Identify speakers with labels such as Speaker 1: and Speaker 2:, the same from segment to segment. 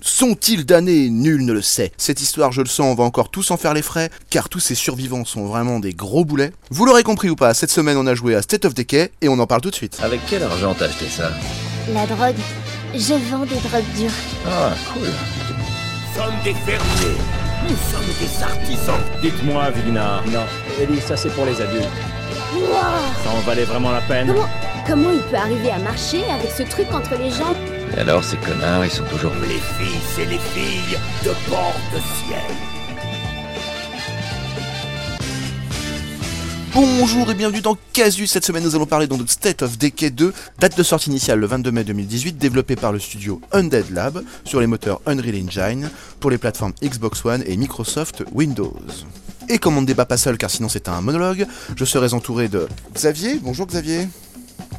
Speaker 1: sont-ils damnés Nul ne le sait. Cette histoire, je le sens, on va encore tous en faire les frais, car tous ces survivants sont vraiment des gros boulets. Vous l'aurez compris ou pas, cette semaine on a joué à State of Decay et on en parle tout de suite.
Speaker 2: Avec quel argent t'as acheté ça
Speaker 3: La drogue. Je vends des drogues dures.
Speaker 2: Ah, cool.
Speaker 4: Nous sommes des fermiers. Nous sommes des artisans.
Speaker 5: Dites-moi, Vigna.
Speaker 6: Non, Ellie, ça c'est pour les adultes.
Speaker 3: Wow
Speaker 5: Ça en valait vraiment la peine
Speaker 3: Comment, comment il peut arriver à marcher avec ce truc entre les jambes
Speaker 2: Et alors, ces connards, ils sont toujours...
Speaker 4: Les fils et les filles de bord de ciel.
Speaker 1: Bonjour et bienvenue dans Casus. Cette semaine, nous allons parler donc de State of Decay 2, date de sortie initiale le 22 mai 2018, développé par le studio Undead Lab sur les moteurs Unreal Engine pour les plateformes Xbox One et Microsoft Windows. Et comme on ne débat pas seul car sinon c'est un monologue, je serai entouré de Xavier. Bonjour Xavier.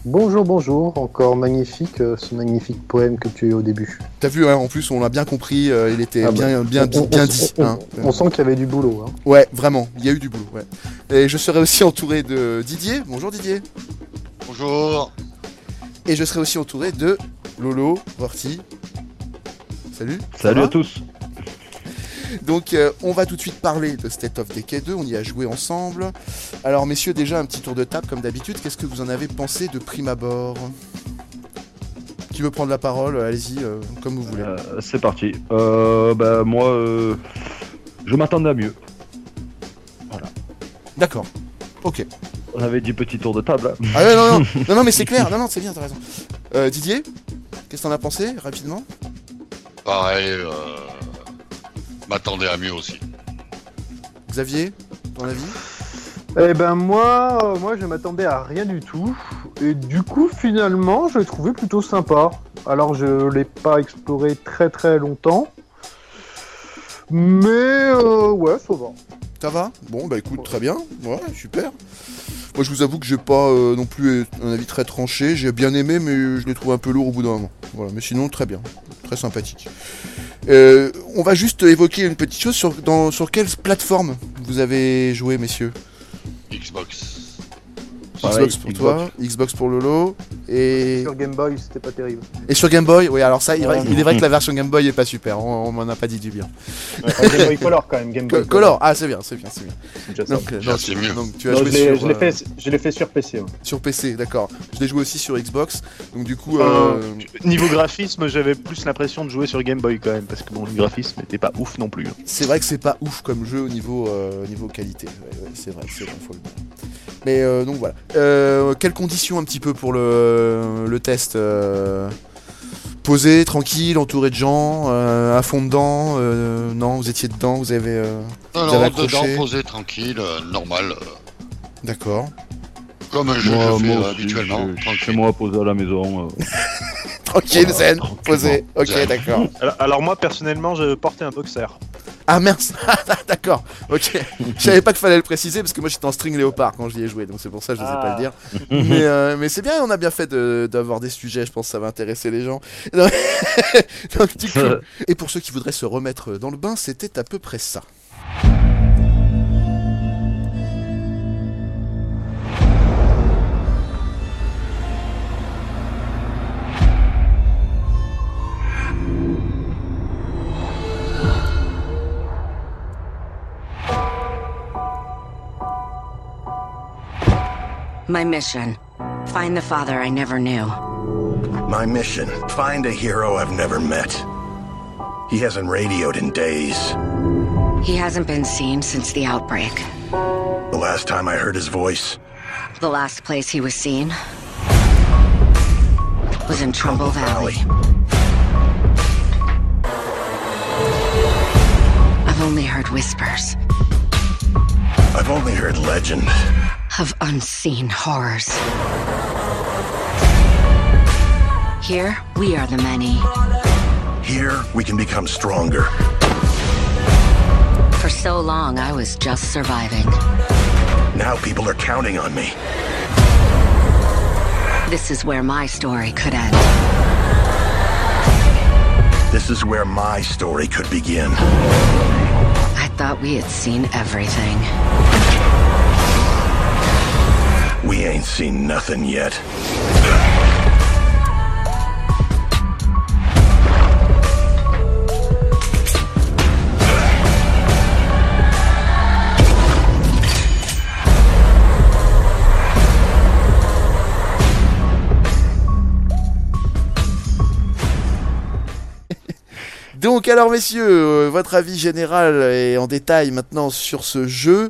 Speaker 7: Bonjour, bonjour, encore magnifique euh, ce magnifique poème que tu as au début.
Speaker 1: T'as vu, hein, en plus on l'a bien compris, euh, il était
Speaker 7: Ah bah,
Speaker 1: bien, bien,
Speaker 7: on,
Speaker 1: bien,
Speaker 7: on- on-
Speaker 1: dit.
Speaker 7: on-
Speaker 1: hein.
Speaker 7: on sent qu'il y avait du boulot. hein.
Speaker 1: Ouais, vraiment, il y a eu du boulot. Ouais. Et je serai aussi entouré de Didier. Bonjour Didier.
Speaker 8: Bonjour.
Speaker 1: Et je serai aussi entouré de Lolo, Vorti. Salut. ça
Speaker 5: Salut
Speaker 1: va
Speaker 5: à tous
Speaker 1: Donc euh, on va tout de suite parler de State of Decay 2, on y a joué ensemble. Alors messieurs, déjà un petit tour de table comme d'habitude, qu'est-ce que vous en avez pensé de prime abord Qui veut prendre la parole Euh, Allez-y, euh, comme vous voulez.
Speaker 5: Euh, C'est parti. Euh,
Speaker 9: ben,
Speaker 5: bah, moi, euh, je m'attendais à mieux.
Speaker 1: D'accord. Ok.
Speaker 5: On avait dit petit tour de table. hein.
Speaker 1: Ah ouais, non, non, non, non, mais c'est clair, non, non, c'est bien, t'as raison. Euh, Didier, qu'est-ce que t'en as pensé rapidement
Speaker 8: Pareil, euh, m'attendais à mieux aussi.
Speaker 1: Xavier, ton avis
Speaker 7: Eh ben moi, euh, moi je m'attendais à rien du tout. Et du coup, finalement, je l'ai trouvé plutôt sympa. Alors je l'ai pas exploré très très longtemps. Mais euh, ouais, ça va.
Speaker 1: Ça va Bon, bah écoute, très bien. Ouais, super. Moi, je vous avoue que j'ai pas euh, non plus un avis très tranché. J'ai bien aimé, mais je l'ai trouvé un peu lourd au bout d'un moment. Voilà, mais sinon, très bien. Très sympathique. Euh, on va juste évoquer une petite chose sur, dans, sur quelle plateforme vous avez joué, messieurs
Speaker 8: Xbox.
Speaker 5: Pareil,
Speaker 1: Xbox pour toi, Xbox pour Lolo, et,
Speaker 7: Sur Game Boy, c'était pas terrible.
Speaker 1: et sur Game Boy. Oui, alors ça, il,
Speaker 9: Ouais.
Speaker 1: il est vrai que la version Game Boy est pas super. On, on m'en a pas dit du bien.
Speaker 9: Ouais, Game Boy Color quand même, Game
Speaker 1: Co-
Speaker 9: Boy
Speaker 1: Color, ah, c'est bien, c'est bien, c'est bien.
Speaker 9: c'est déjà ça.
Speaker 1: Donc, euh,
Speaker 8: Bien, c'est mieux.
Speaker 1: donc tu as
Speaker 9: Non,
Speaker 1: joué
Speaker 9: je l'ai-
Speaker 1: sur,
Speaker 9: je l'ai
Speaker 1: euh,
Speaker 9: fait, je l'ai fait sur PC. ouais.
Speaker 1: Sur PC, d'accord. Je l'ai joué aussi sur Xbox. Donc du coup,
Speaker 9: Euh,
Speaker 1: euh,
Speaker 9: Niveau graphisme, j'avais plus l'impression de jouer sur Game Boy quand même, parce que bon, le graphisme était pas ouf non plus. hein.
Speaker 1: c'est vrai que c'est pas ouf comme jeu au niveau, euh, au niveau qualité. Ouais, ouais, c'est vrai, c'est vrai, faut le dire. Mais euh, donc voilà. Euh, quelles conditions un petit peu pour le, le test euh, Posé, tranquille, entouré de gens, euh, à fond dedans euh, Non, vous étiez dedans, vous avez... euh,
Speaker 8: Non,
Speaker 1: Vous avez
Speaker 8: non,
Speaker 1: accroché
Speaker 8: dedans, posé, tranquille, euh, normal. euh,
Speaker 1: D'accord.
Speaker 8: comme je le fais euh,
Speaker 5: aussi,
Speaker 8: habituellement,
Speaker 5: chez- Chez
Speaker 8: tranquille.
Speaker 5: moi, posé à la maison. euh.
Speaker 1: Tranquille,
Speaker 5: Voilà,
Speaker 1: zen,
Speaker 5: tranquillement.
Speaker 1: posé. Ok,
Speaker 8: Zen.
Speaker 1: d'accord.
Speaker 10: Alors, alors moi personnellement je portais un boxer.
Speaker 1: Ah mince, d'accord, ok. Je savais pas qu'il fallait le préciser parce que moi j'étais en string léopard quand j'y ai joué, donc c'est pour ça que je sais pas le dire. Mais, euh, mais c'est bien, on a bien fait de- d'avoir des sujets, je pense que ça va intéresser les gens. Non, non, petit coup. Et pour ceux qui voudraient se remettre dans le bain, c'était à peu près ça.
Speaker 11: My mission find the father I never knew.
Speaker 4: My mission find a hero I've never met. He hasn't radioed in days.
Speaker 11: He hasn't been seen since the outbreak.
Speaker 4: The last time I heard his voice,
Speaker 11: The last place he was seen was in Trumbull Valley. I've only heard whispers
Speaker 4: I've only heard legend.
Speaker 11: of unseen horrors. Here, we are the many.
Speaker 4: Here, we can become stronger.
Speaker 11: For so long, I was just surviving.
Speaker 4: Now people are counting on me.
Speaker 11: This is where my story could end.
Speaker 4: This is where my story could begin.
Speaker 11: I thought we had seen everything.
Speaker 4: We ain't seen nothing yet.
Speaker 1: Donc alors messieurs, euh, votre avis général et en détail maintenant sur ce jeu.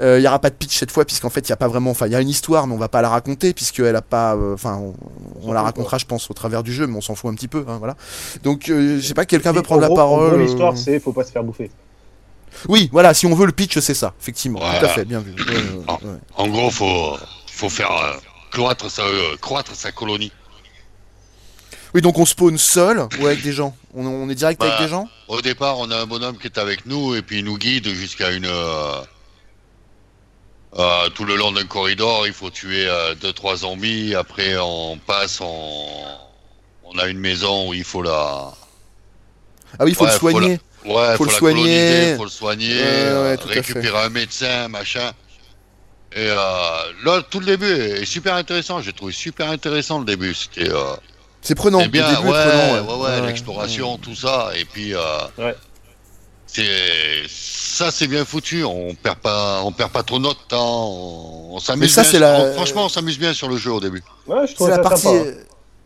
Speaker 1: Euh, Il n'y aura pas de pitch cette fois puisqu'en fait il y a pas vraiment, enfin il y a une histoire mais on va pas la raconter puisqu'elle a pas, euh, enfin on- on, la racontera je pense au travers du jeu mais on s'en fout un petit peu, hein, voilà. Donc euh, je sais pas, quelqu'un veut prendre la
Speaker 12: En gros- en
Speaker 1: parole.
Speaker 12: gros,
Speaker 1: euh,
Speaker 12: L'histoire, c'est faut pas se faire bouffer.
Speaker 1: Oui, voilà, si on veut le pitch c'est ça, effectivement, tout à fait, bien vu. Ouais, ouais.
Speaker 8: En, en gros, faut, faut faire euh, cloître sa, euh, croître sa colonie.
Speaker 1: Oui donc on spawn seul ou avec des gens, on, on est direct avec
Speaker 8: Bah,
Speaker 1: des gens.
Speaker 8: Au départ, on a un bonhomme qui est avec nous et puis il nous guide jusqu'à une. euh, euh, tout le long d'un corridor, il faut tuer 2-3 zombies. Après, on passe, on, on a une maison où il faut la.
Speaker 1: Ah oui, il faut
Speaker 8: Ouais,
Speaker 1: le soigner.
Speaker 8: la- Ouais, faut,
Speaker 1: le
Speaker 8: la
Speaker 1: soigner.
Speaker 8: coloniser, faut le soigner,
Speaker 1: Ouais, ouais,
Speaker 8: euh,
Speaker 1: tout à fait.
Speaker 8: récupérer un médecin, machin. Et euh, là, tout le début est est super intéressant. J'ai trouvé super intéressant le début. C'était. euh,
Speaker 1: C'est prenant.
Speaker 8: c'est bien,
Speaker 1: le début est
Speaker 8: ouais,
Speaker 1: prenant,
Speaker 8: ouais, ouais, l'exploration, tout ça, et puis euh, c'est ça, c'est bien foutu. On perd pas, on perd pas trop notre temps. On, on s'amuse.
Speaker 1: Mais ça,
Speaker 8: bien
Speaker 1: c'est
Speaker 8: sur-
Speaker 1: la-
Speaker 8: on- franchement, on s'amuse bien sur le jeu au début.
Speaker 12: Ouais, je trouve
Speaker 1: C'est la
Speaker 12: ça
Speaker 1: partie.
Speaker 12: sympa. hein.
Speaker 1: euh,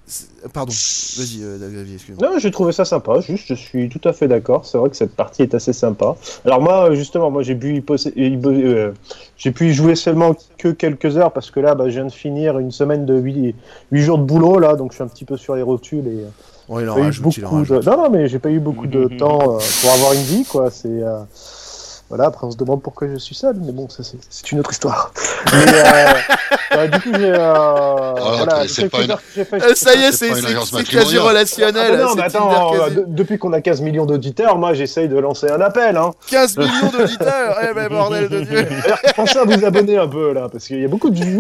Speaker 1: c'est- Pardon, vas-y, euh, David, excuse-moi.
Speaker 12: Non, j'ai trouvé ça sympa, juste je suis tout à fait d'accord, c'est vrai que cette partie est assez sympa. Alors moi, euh, justement, moi j'ai pu, y possé- y bo- euh, j'ai pu y jouer seulement que quelques heures, parce que là, bah, je viens de finir une semaine de 8, jours de boulot, là, donc je suis un petit peu sur les rotules et... euh,
Speaker 1: Ouais, Oh, il en
Speaker 12: j'ai pas eu
Speaker 1: rajoute, il en
Speaker 12: beaucoup de- Non, non, mais j'ai pas eu beaucoup de
Speaker 1: Mm-hmm.
Speaker 12: temps euh, pour avoir une vie, quoi, c'est... euh, Voilà, après on se demande pourquoi je suis seul, mais bon, ça c'est c'est une autre histoire. Mais, euh, bah, du coup, j'ai... euh, voilà,
Speaker 8: Oh, c'est pas
Speaker 12: quelques
Speaker 8: une-
Speaker 12: heures que j'ai fait,
Speaker 1: Euh, ça y est,
Speaker 8: c'est
Speaker 1: c'est
Speaker 8: pas une
Speaker 1: c'est-
Speaker 8: agence
Speaker 1: c'est
Speaker 8: matrimoniale.
Speaker 1: quasi relationnel.
Speaker 12: Ah bah non,
Speaker 1: c'est
Speaker 12: mais
Speaker 1: Tinder
Speaker 12: attends,
Speaker 1: quasi.
Speaker 12: euh, de- depuis qu'on a 15 millions d'auditeurs, moi j'essaye de lancer un appel. Hein.
Speaker 1: 15 millions d'auditeurs Eh ben bordel de Dieu
Speaker 12: D'ailleurs, Pensez à vous abonner un peu là, parce qu'il y a beaucoup de vues,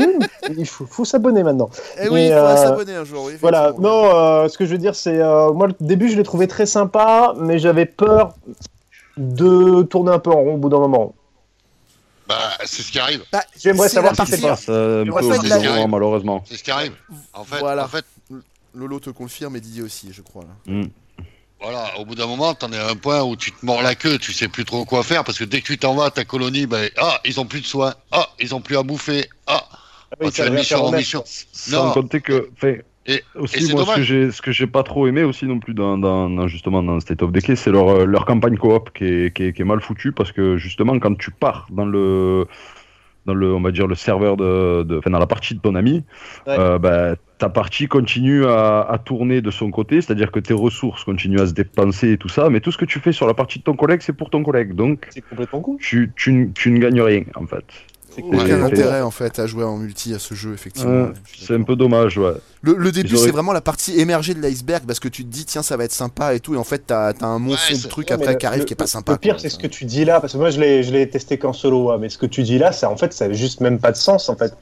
Speaker 12: et il faut, faut s'abonner maintenant.
Speaker 1: Eh oui, il
Speaker 12: Mais,
Speaker 1: faudra
Speaker 12: euh,
Speaker 1: s'abonner un jour, oui.
Speaker 12: Voilà, non, euh, ce que je veux dire, c'est. euh, moi, le début, je l'ai trouvé très sympa, mais j'avais peur de tourner un peu en rond au bout d'un moment.
Speaker 8: Bah, c'est ce qui arrive.
Speaker 12: J'aimerais
Speaker 1: C'est
Speaker 12: savoir
Speaker 1: la
Speaker 12: si
Speaker 5: Ça
Speaker 1: partie-
Speaker 12: c'est pas.
Speaker 5: passe euh, un
Speaker 1: En
Speaker 5: peu
Speaker 1: fait,
Speaker 5: au bout
Speaker 1: la-
Speaker 5: d'un moment, malheureusement.
Speaker 8: C'est ce qui arrive. En fait,
Speaker 1: Voilà.
Speaker 8: en fait,
Speaker 1: Lolo te confirme et Didier aussi, je crois. là.
Speaker 8: voilà. Au bout d'un moment, t'en es à un point où tu te mords la queue. Tu sais plus trop quoi faire parce que dès que tu t'en vas, ta colonie, ben ah, ils ont plus de soins. Ah, ils ont plus à bouffer. Ah,
Speaker 12: oui,
Speaker 8: Ah,
Speaker 12: ça
Speaker 8: tu as
Speaker 12: devrait
Speaker 8: mission
Speaker 12: faire
Speaker 8: en
Speaker 12: remettre.
Speaker 8: mission.
Speaker 5: Sans
Speaker 8: Non.
Speaker 5: compter que, enfin,
Speaker 8: Et, et
Speaker 5: aussi
Speaker 8: c'est
Speaker 5: moi ce que
Speaker 8: dommage.
Speaker 5: j'ai ce que j'ai pas trop aimé aussi non plus dans, dans- dans- justement dans State of Decay, c'est leur, euh, leur campagne coop qui est, qui, est, qui est mal foutue parce que justement quand tu pars dans le dans le on va dire le serveur de, de- enfin dans la partie de ton ami,
Speaker 12: Ouais.
Speaker 5: euh, bah, ta partie continue à, à tourner de son côté, c'est-à-dire que tes ressources continuent à se dépenser et tout ça, mais tout ce que tu fais sur la partie de ton collègue c'est pour ton collègue, donc
Speaker 12: C'est complètement con.
Speaker 5: tu, tu, ne- tu ne gagnes rien en fait.
Speaker 12: C'est
Speaker 1: Aucun
Speaker 5: c'est-
Speaker 1: intérêt en fait à jouer en multi à ce jeu, effectivement.
Speaker 5: Euh, c'est un peu dommage, ouais.
Speaker 1: Le, le début,
Speaker 5: Ils auraient-
Speaker 1: c'est vraiment la partie émergée de l'iceberg parce que tu te dis, tiens, ça va être sympa et tout, et en fait, t'as t'as un monceau
Speaker 8: Ouais,
Speaker 1: de
Speaker 8: c'est-
Speaker 1: trucs
Speaker 12: Ouais, mais
Speaker 1: après
Speaker 12: le-
Speaker 1: qui arrive
Speaker 12: le-
Speaker 1: qui est pas sympa.
Speaker 12: Le pire,
Speaker 1: quoi.
Speaker 12: c'est ce que tu dis là, parce que moi je l'ai, je l'ai testé qu'en solo, hein, mais ce que tu dis là, ça, en fait, ça a juste même pas de sens, en fait.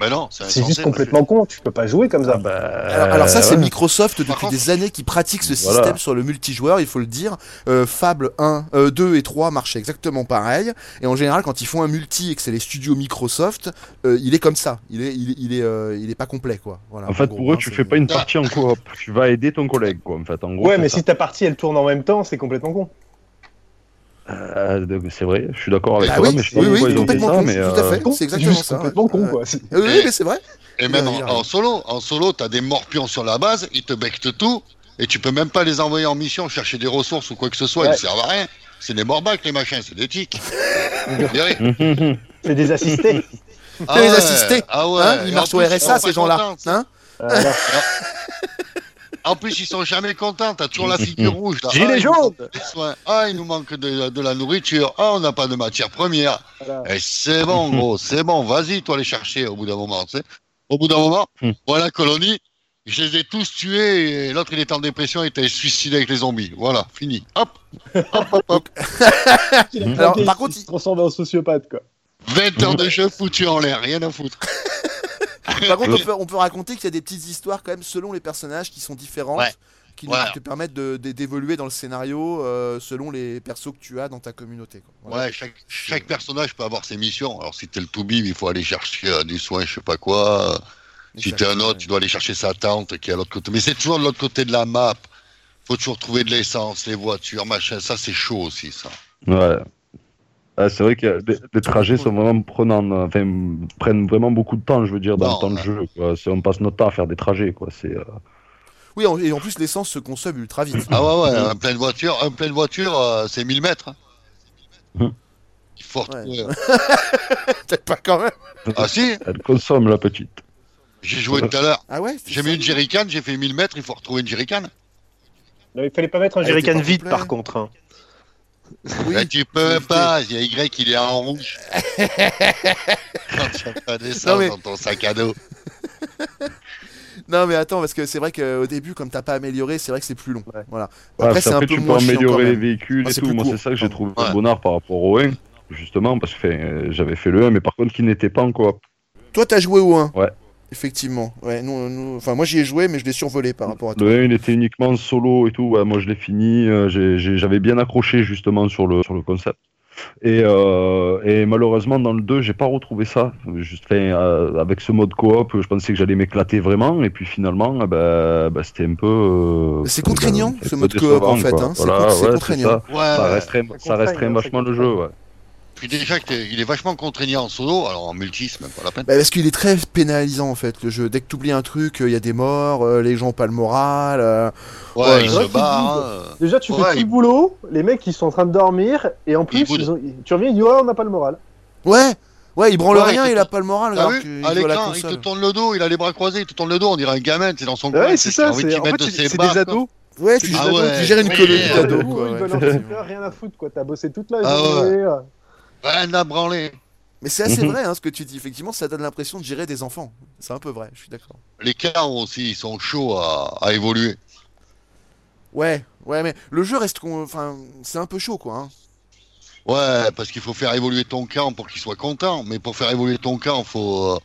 Speaker 8: Ben non,
Speaker 12: C'est
Speaker 8: c'est insensé,
Speaker 12: juste
Speaker 8: monsieur.
Speaker 12: complètement con, tu peux pas jouer comme ça.
Speaker 1: Alors, alors ça, c'est
Speaker 5: Euh, ouais.
Speaker 1: Microsoft depuis
Speaker 8: Par contre-
Speaker 1: des années qui pratique ce
Speaker 5: Voilà.
Speaker 1: système sur le multijoueur, il faut le dire. Euh, Fable 1, euh, 2 et 3 marchaient exactement pareil. Et en général, quand ils font un multi et que c'est les studios Microsoft, euh, il est comme ça. Il est, il est, il est, euh, il est pas complet, quoi. Voilà,
Speaker 5: En fait,
Speaker 1: gros,
Speaker 5: pour eux,
Speaker 1: hein,
Speaker 5: tu
Speaker 1: c'est-
Speaker 5: fais pas une partie en coop. Tu vas aider ton collègue, quoi, en fait. En gros,
Speaker 12: ouais,
Speaker 5: c'est
Speaker 12: mais
Speaker 5: ça.
Speaker 12: si ta partie elle tourne en même temps, c'est complètement con.
Speaker 5: Euh, de- c'est vrai, je suis d'accord avec
Speaker 1: Bah
Speaker 5: toi,
Speaker 1: oui,
Speaker 5: mais je sais
Speaker 1: oui,
Speaker 5: pas
Speaker 1: oui,
Speaker 5: pourquoi ils ont fait
Speaker 1: complètement
Speaker 5: ça,
Speaker 1: con,
Speaker 5: mais.
Speaker 1: tout à
Speaker 5: euh,
Speaker 1: fait. C'est exactement
Speaker 12: juste
Speaker 1: ça, ouais.
Speaker 12: complètement con, quoi. C'est-
Speaker 1: Euh, oui, mais c'est vrai.
Speaker 8: Et même
Speaker 1: Il
Speaker 8: en,
Speaker 1: arrive.
Speaker 8: en solo, en solo, t'as des morpions sur la base, ils te bectent tout, et tu peux même pas les envoyer en mission chercher des ressources ou quoi que ce soit,
Speaker 12: Ouais.
Speaker 8: ils servent à rien. C'est des morbacs les machins, c'est des tics. Vous verrez.
Speaker 5: euh,
Speaker 12: C'est des assistés.
Speaker 8: Ah
Speaker 1: les
Speaker 8: ouais,
Speaker 1: assister.
Speaker 8: Ah ouais.
Speaker 1: Hein,
Speaker 8: Et
Speaker 1: ils
Speaker 8: en
Speaker 1: marchent au
Speaker 8: plus, ils sont
Speaker 1: RSA,
Speaker 8: pas
Speaker 1: ces gens-là.
Speaker 8: contents.
Speaker 1: Hein
Speaker 12: Euh, voilà.
Speaker 8: en plus, ils sont jamais contents. T'as toujours la figure rouge. Là.
Speaker 12: Gilets
Speaker 8: ah, il nous
Speaker 12: jaunes.
Speaker 8: manque des soins. Ah, il nous manque de, de la nourriture. Ah, on n'a pas de matière première.
Speaker 12: Voilà.
Speaker 8: Eh, c'est bon, gros, c'est bon. Vas-y, toi, les chercher au bout d'un moment. tu sais. Au bout d'un moment,
Speaker 5: Hmm.
Speaker 8: voilà, colonie. Je les ai tous tués et l'autre il était en dépression, il était suicidé avec les zombies. Voilà, fini. Hop,
Speaker 1: Alors, par contre,
Speaker 12: il se transforme en sociopathe, quoi.
Speaker 8: 20 heures de jeu foutu en l'air, rien à foutre.
Speaker 1: Par contre, on peut, on peut raconter qu'il y a des petites histoires quand même selon les personnages qui sont différentes,
Speaker 8: Ouais.
Speaker 1: qui nous-
Speaker 8: Voilà.
Speaker 1: te permettent de- de- d'évoluer dans le scénario euh, selon les persos que tu as dans ta communauté. quoi. Voilà.
Speaker 8: Ouais, chaque, chaque personnage peut avoir ses missions. Alors, si t'es le tout bib, il faut aller chercher euh, du soin, je sais pas quoi. Si t'es un autre, tu dois aller chercher sa tante qui est à l'autre côté. Mais c'est toujours de l'autre côté de la map. Faut toujours trouver de l'essence, les voitures, machin. Ça, c'est chaud aussi, ça.
Speaker 5: Ouais. Ah, c'est vrai que euh, les, les trajets sont vraiment prenants, euh, enfin, prennent vraiment beaucoup de temps, je veux dire, dans
Speaker 8: Non,
Speaker 5: le temps de
Speaker 8: ouais.
Speaker 5: jeu. Quoi. C'est- On passe notre temps à faire des trajets, quoi. C'est, euh,
Speaker 1: Oui, en- et en plus, l'essence se consomme ultra vite.
Speaker 8: Ah ouais, ouais, un plein de voiture, un plein de voiture, euh, c'est 1000 mètres. hein. Il faut retrouver.
Speaker 1: Peut-être pas quand même.
Speaker 8: Ah si,
Speaker 5: Elle consomme la petite.
Speaker 8: j'ai joué tout à l'heure.
Speaker 1: Ah ouais
Speaker 8: J'ai mis une jerrycan, j'ai fait 1000 mètres, il faut retrouver une jerrycan.
Speaker 12: Non, il fallait pas mettre un
Speaker 8: Elle était
Speaker 12: jerrycan
Speaker 8: pas
Speaker 12: vide
Speaker 8: complète.
Speaker 12: par contre. hein.
Speaker 8: Là, tu peux pas, il y a Y, il est en rouge. Quand tu as pas d'essence
Speaker 1: Non, mais-
Speaker 8: dans ton sac à dos.
Speaker 1: Non, mais attends, parce que c'est vrai qu'au début, comme t'as pas amélioré, c'est vrai que c'est plus long. Voilà.
Speaker 5: Ouais, Ah,
Speaker 1: Après,
Speaker 5: parce
Speaker 1: c'est un
Speaker 5: qu'après,
Speaker 1: peu
Speaker 5: tu peux
Speaker 1: moins chiant quand
Speaker 5: améliorer les
Speaker 1: même.
Speaker 5: véhicules
Speaker 1: Enfin,
Speaker 5: et
Speaker 1: c'est
Speaker 5: tout.
Speaker 1: plus
Speaker 5: Moi,
Speaker 1: court.
Speaker 5: c'est ça que j'ai trouvé bonnard par rapport au 1, justement, parce que enfin, euh, j'avais fait le 1, mais par contre, qui n'était pas en coop.
Speaker 1: Toi, t'as joué au 1
Speaker 5: Ouais.
Speaker 1: Effectivement. Ouais, nous, nous- Enfin, moi, j'y ai joué, mais je l'ai survolé par rapport à toi.
Speaker 5: Le 1, il était uniquement solo et tout. Ouais, moi, je l'ai fini. euh, j'ai- j'ai- J'avais bien accroché, justement, sur le, sur le concept. Et, euh, et malheureusement, dans le 2, j'ai pas retrouvé ça. Juste, enfin, euh, avec ce mode coop, je pensais que j'allais m'éclater vraiment. Et puis finalement, eh ben, bah, c'était un peu. euh,
Speaker 1: C'est
Speaker 5: enfin,
Speaker 1: contraignant,
Speaker 5: un
Speaker 1: ce
Speaker 5: peu
Speaker 1: mode coop, en
Speaker 5: décevant,
Speaker 1: fait,
Speaker 5: quoi.
Speaker 1: hein. C'est
Speaker 5: Voilà,
Speaker 1: con- c'est
Speaker 5: ouais,
Speaker 1: contraignant.
Speaker 5: ça.
Speaker 8: Ouais,
Speaker 5: ça
Speaker 8: ouais.
Speaker 5: restreint, ça restreint vachement le jeu. Ouais.
Speaker 8: Puis déjà, que t'es- il est vachement contraignant en solo, alors en multi, c'est même pas la peine.
Speaker 1: Bah, parce qu'il est très pénalisant en fait le jeu. Dès que t'oublies un truc, il y a des morts, euh, les gens ont pas le moral. euh,
Speaker 8: Ouais,
Speaker 1: euh,
Speaker 8: ils
Speaker 1: ouais,
Speaker 8: se
Speaker 1: tu
Speaker 8: barrent.
Speaker 1: dis-
Speaker 8: hein.
Speaker 7: Déjà, tu
Speaker 8: Ouais,
Speaker 7: fais tout
Speaker 8: il-
Speaker 7: le boulot, les mecs ils sont en train de dormir, et en plus,
Speaker 8: boudent.
Speaker 7: ils ont- tu reviens, ils disent Ouais, on n'a pas le moral.
Speaker 1: Ouais, ouais, il branle
Speaker 8: Ouais,
Speaker 1: rien,
Speaker 8: il Ah te
Speaker 1: il a
Speaker 8: tourne-
Speaker 1: pas le moral.
Speaker 8: T'as
Speaker 1: alors
Speaker 8: vu
Speaker 1: que il
Speaker 8: À
Speaker 1: joue à la
Speaker 8: l'écran, il te
Speaker 1: console.
Speaker 8: tourne le dos, il a les bras croisés, il te tourne le dos, on dirait un gamin, c'est dans son coin.
Speaker 7: Ouais,
Speaker 8: t'sais,
Speaker 7: c'est
Speaker 8: t'as
Speaker 7: ça,
Speaker 8: envie d'y
Speaker 7: c'est en
Speaker 8: mettre
Speaker 7: fait,
Speaker 8: de ses
Speaker 7: c'est
Speaker 8: barres,
Speaker 7: des
Speaker 8: quoi.
Speaker 7: ados.
Speaker 1: Ouais, tu,
Speaker 8: Ah
Speaker 1: gères-
Speaker 8: ouais.
Speaker 1: tu gères une
Speaker 8: Oui,
Speaker 1: colonie
Speaker 8: oui,
Speaker 1: d'ados
Speaker 7: Ouh,
Speaker 1: quoi.
Speaker 7: ils
Speaker 1: ouais.
Speaker 7: veulent leur faire rien à foutre, quoi. T'as bossé toute la
Speaker 8: Ah ouais.
Speaker 7: journée. euh.
Speaker 8: Rien à branler.
Speaker 1: Mais c'est assez
Speaker 5: Mhm.
Speaker 1: vrai hein, ce que tu dis. Effectivement, ça donne l'impression de gérer des enfants. C'est un peu vrai, je suis d'accord.
Speaker 8: Les cars aussi, ils sont chauds à, à évoluer.
Speaker 1: Ouais, ouais, mais le jeu reste, con- enfin, c'est un peu chaud quoi. hein.
Speaker 8: Ouais, parce qu'il faut faire évoluer ton camp pour qu'il soit content. Mais pour faire évoluer ton camp, faut, euh,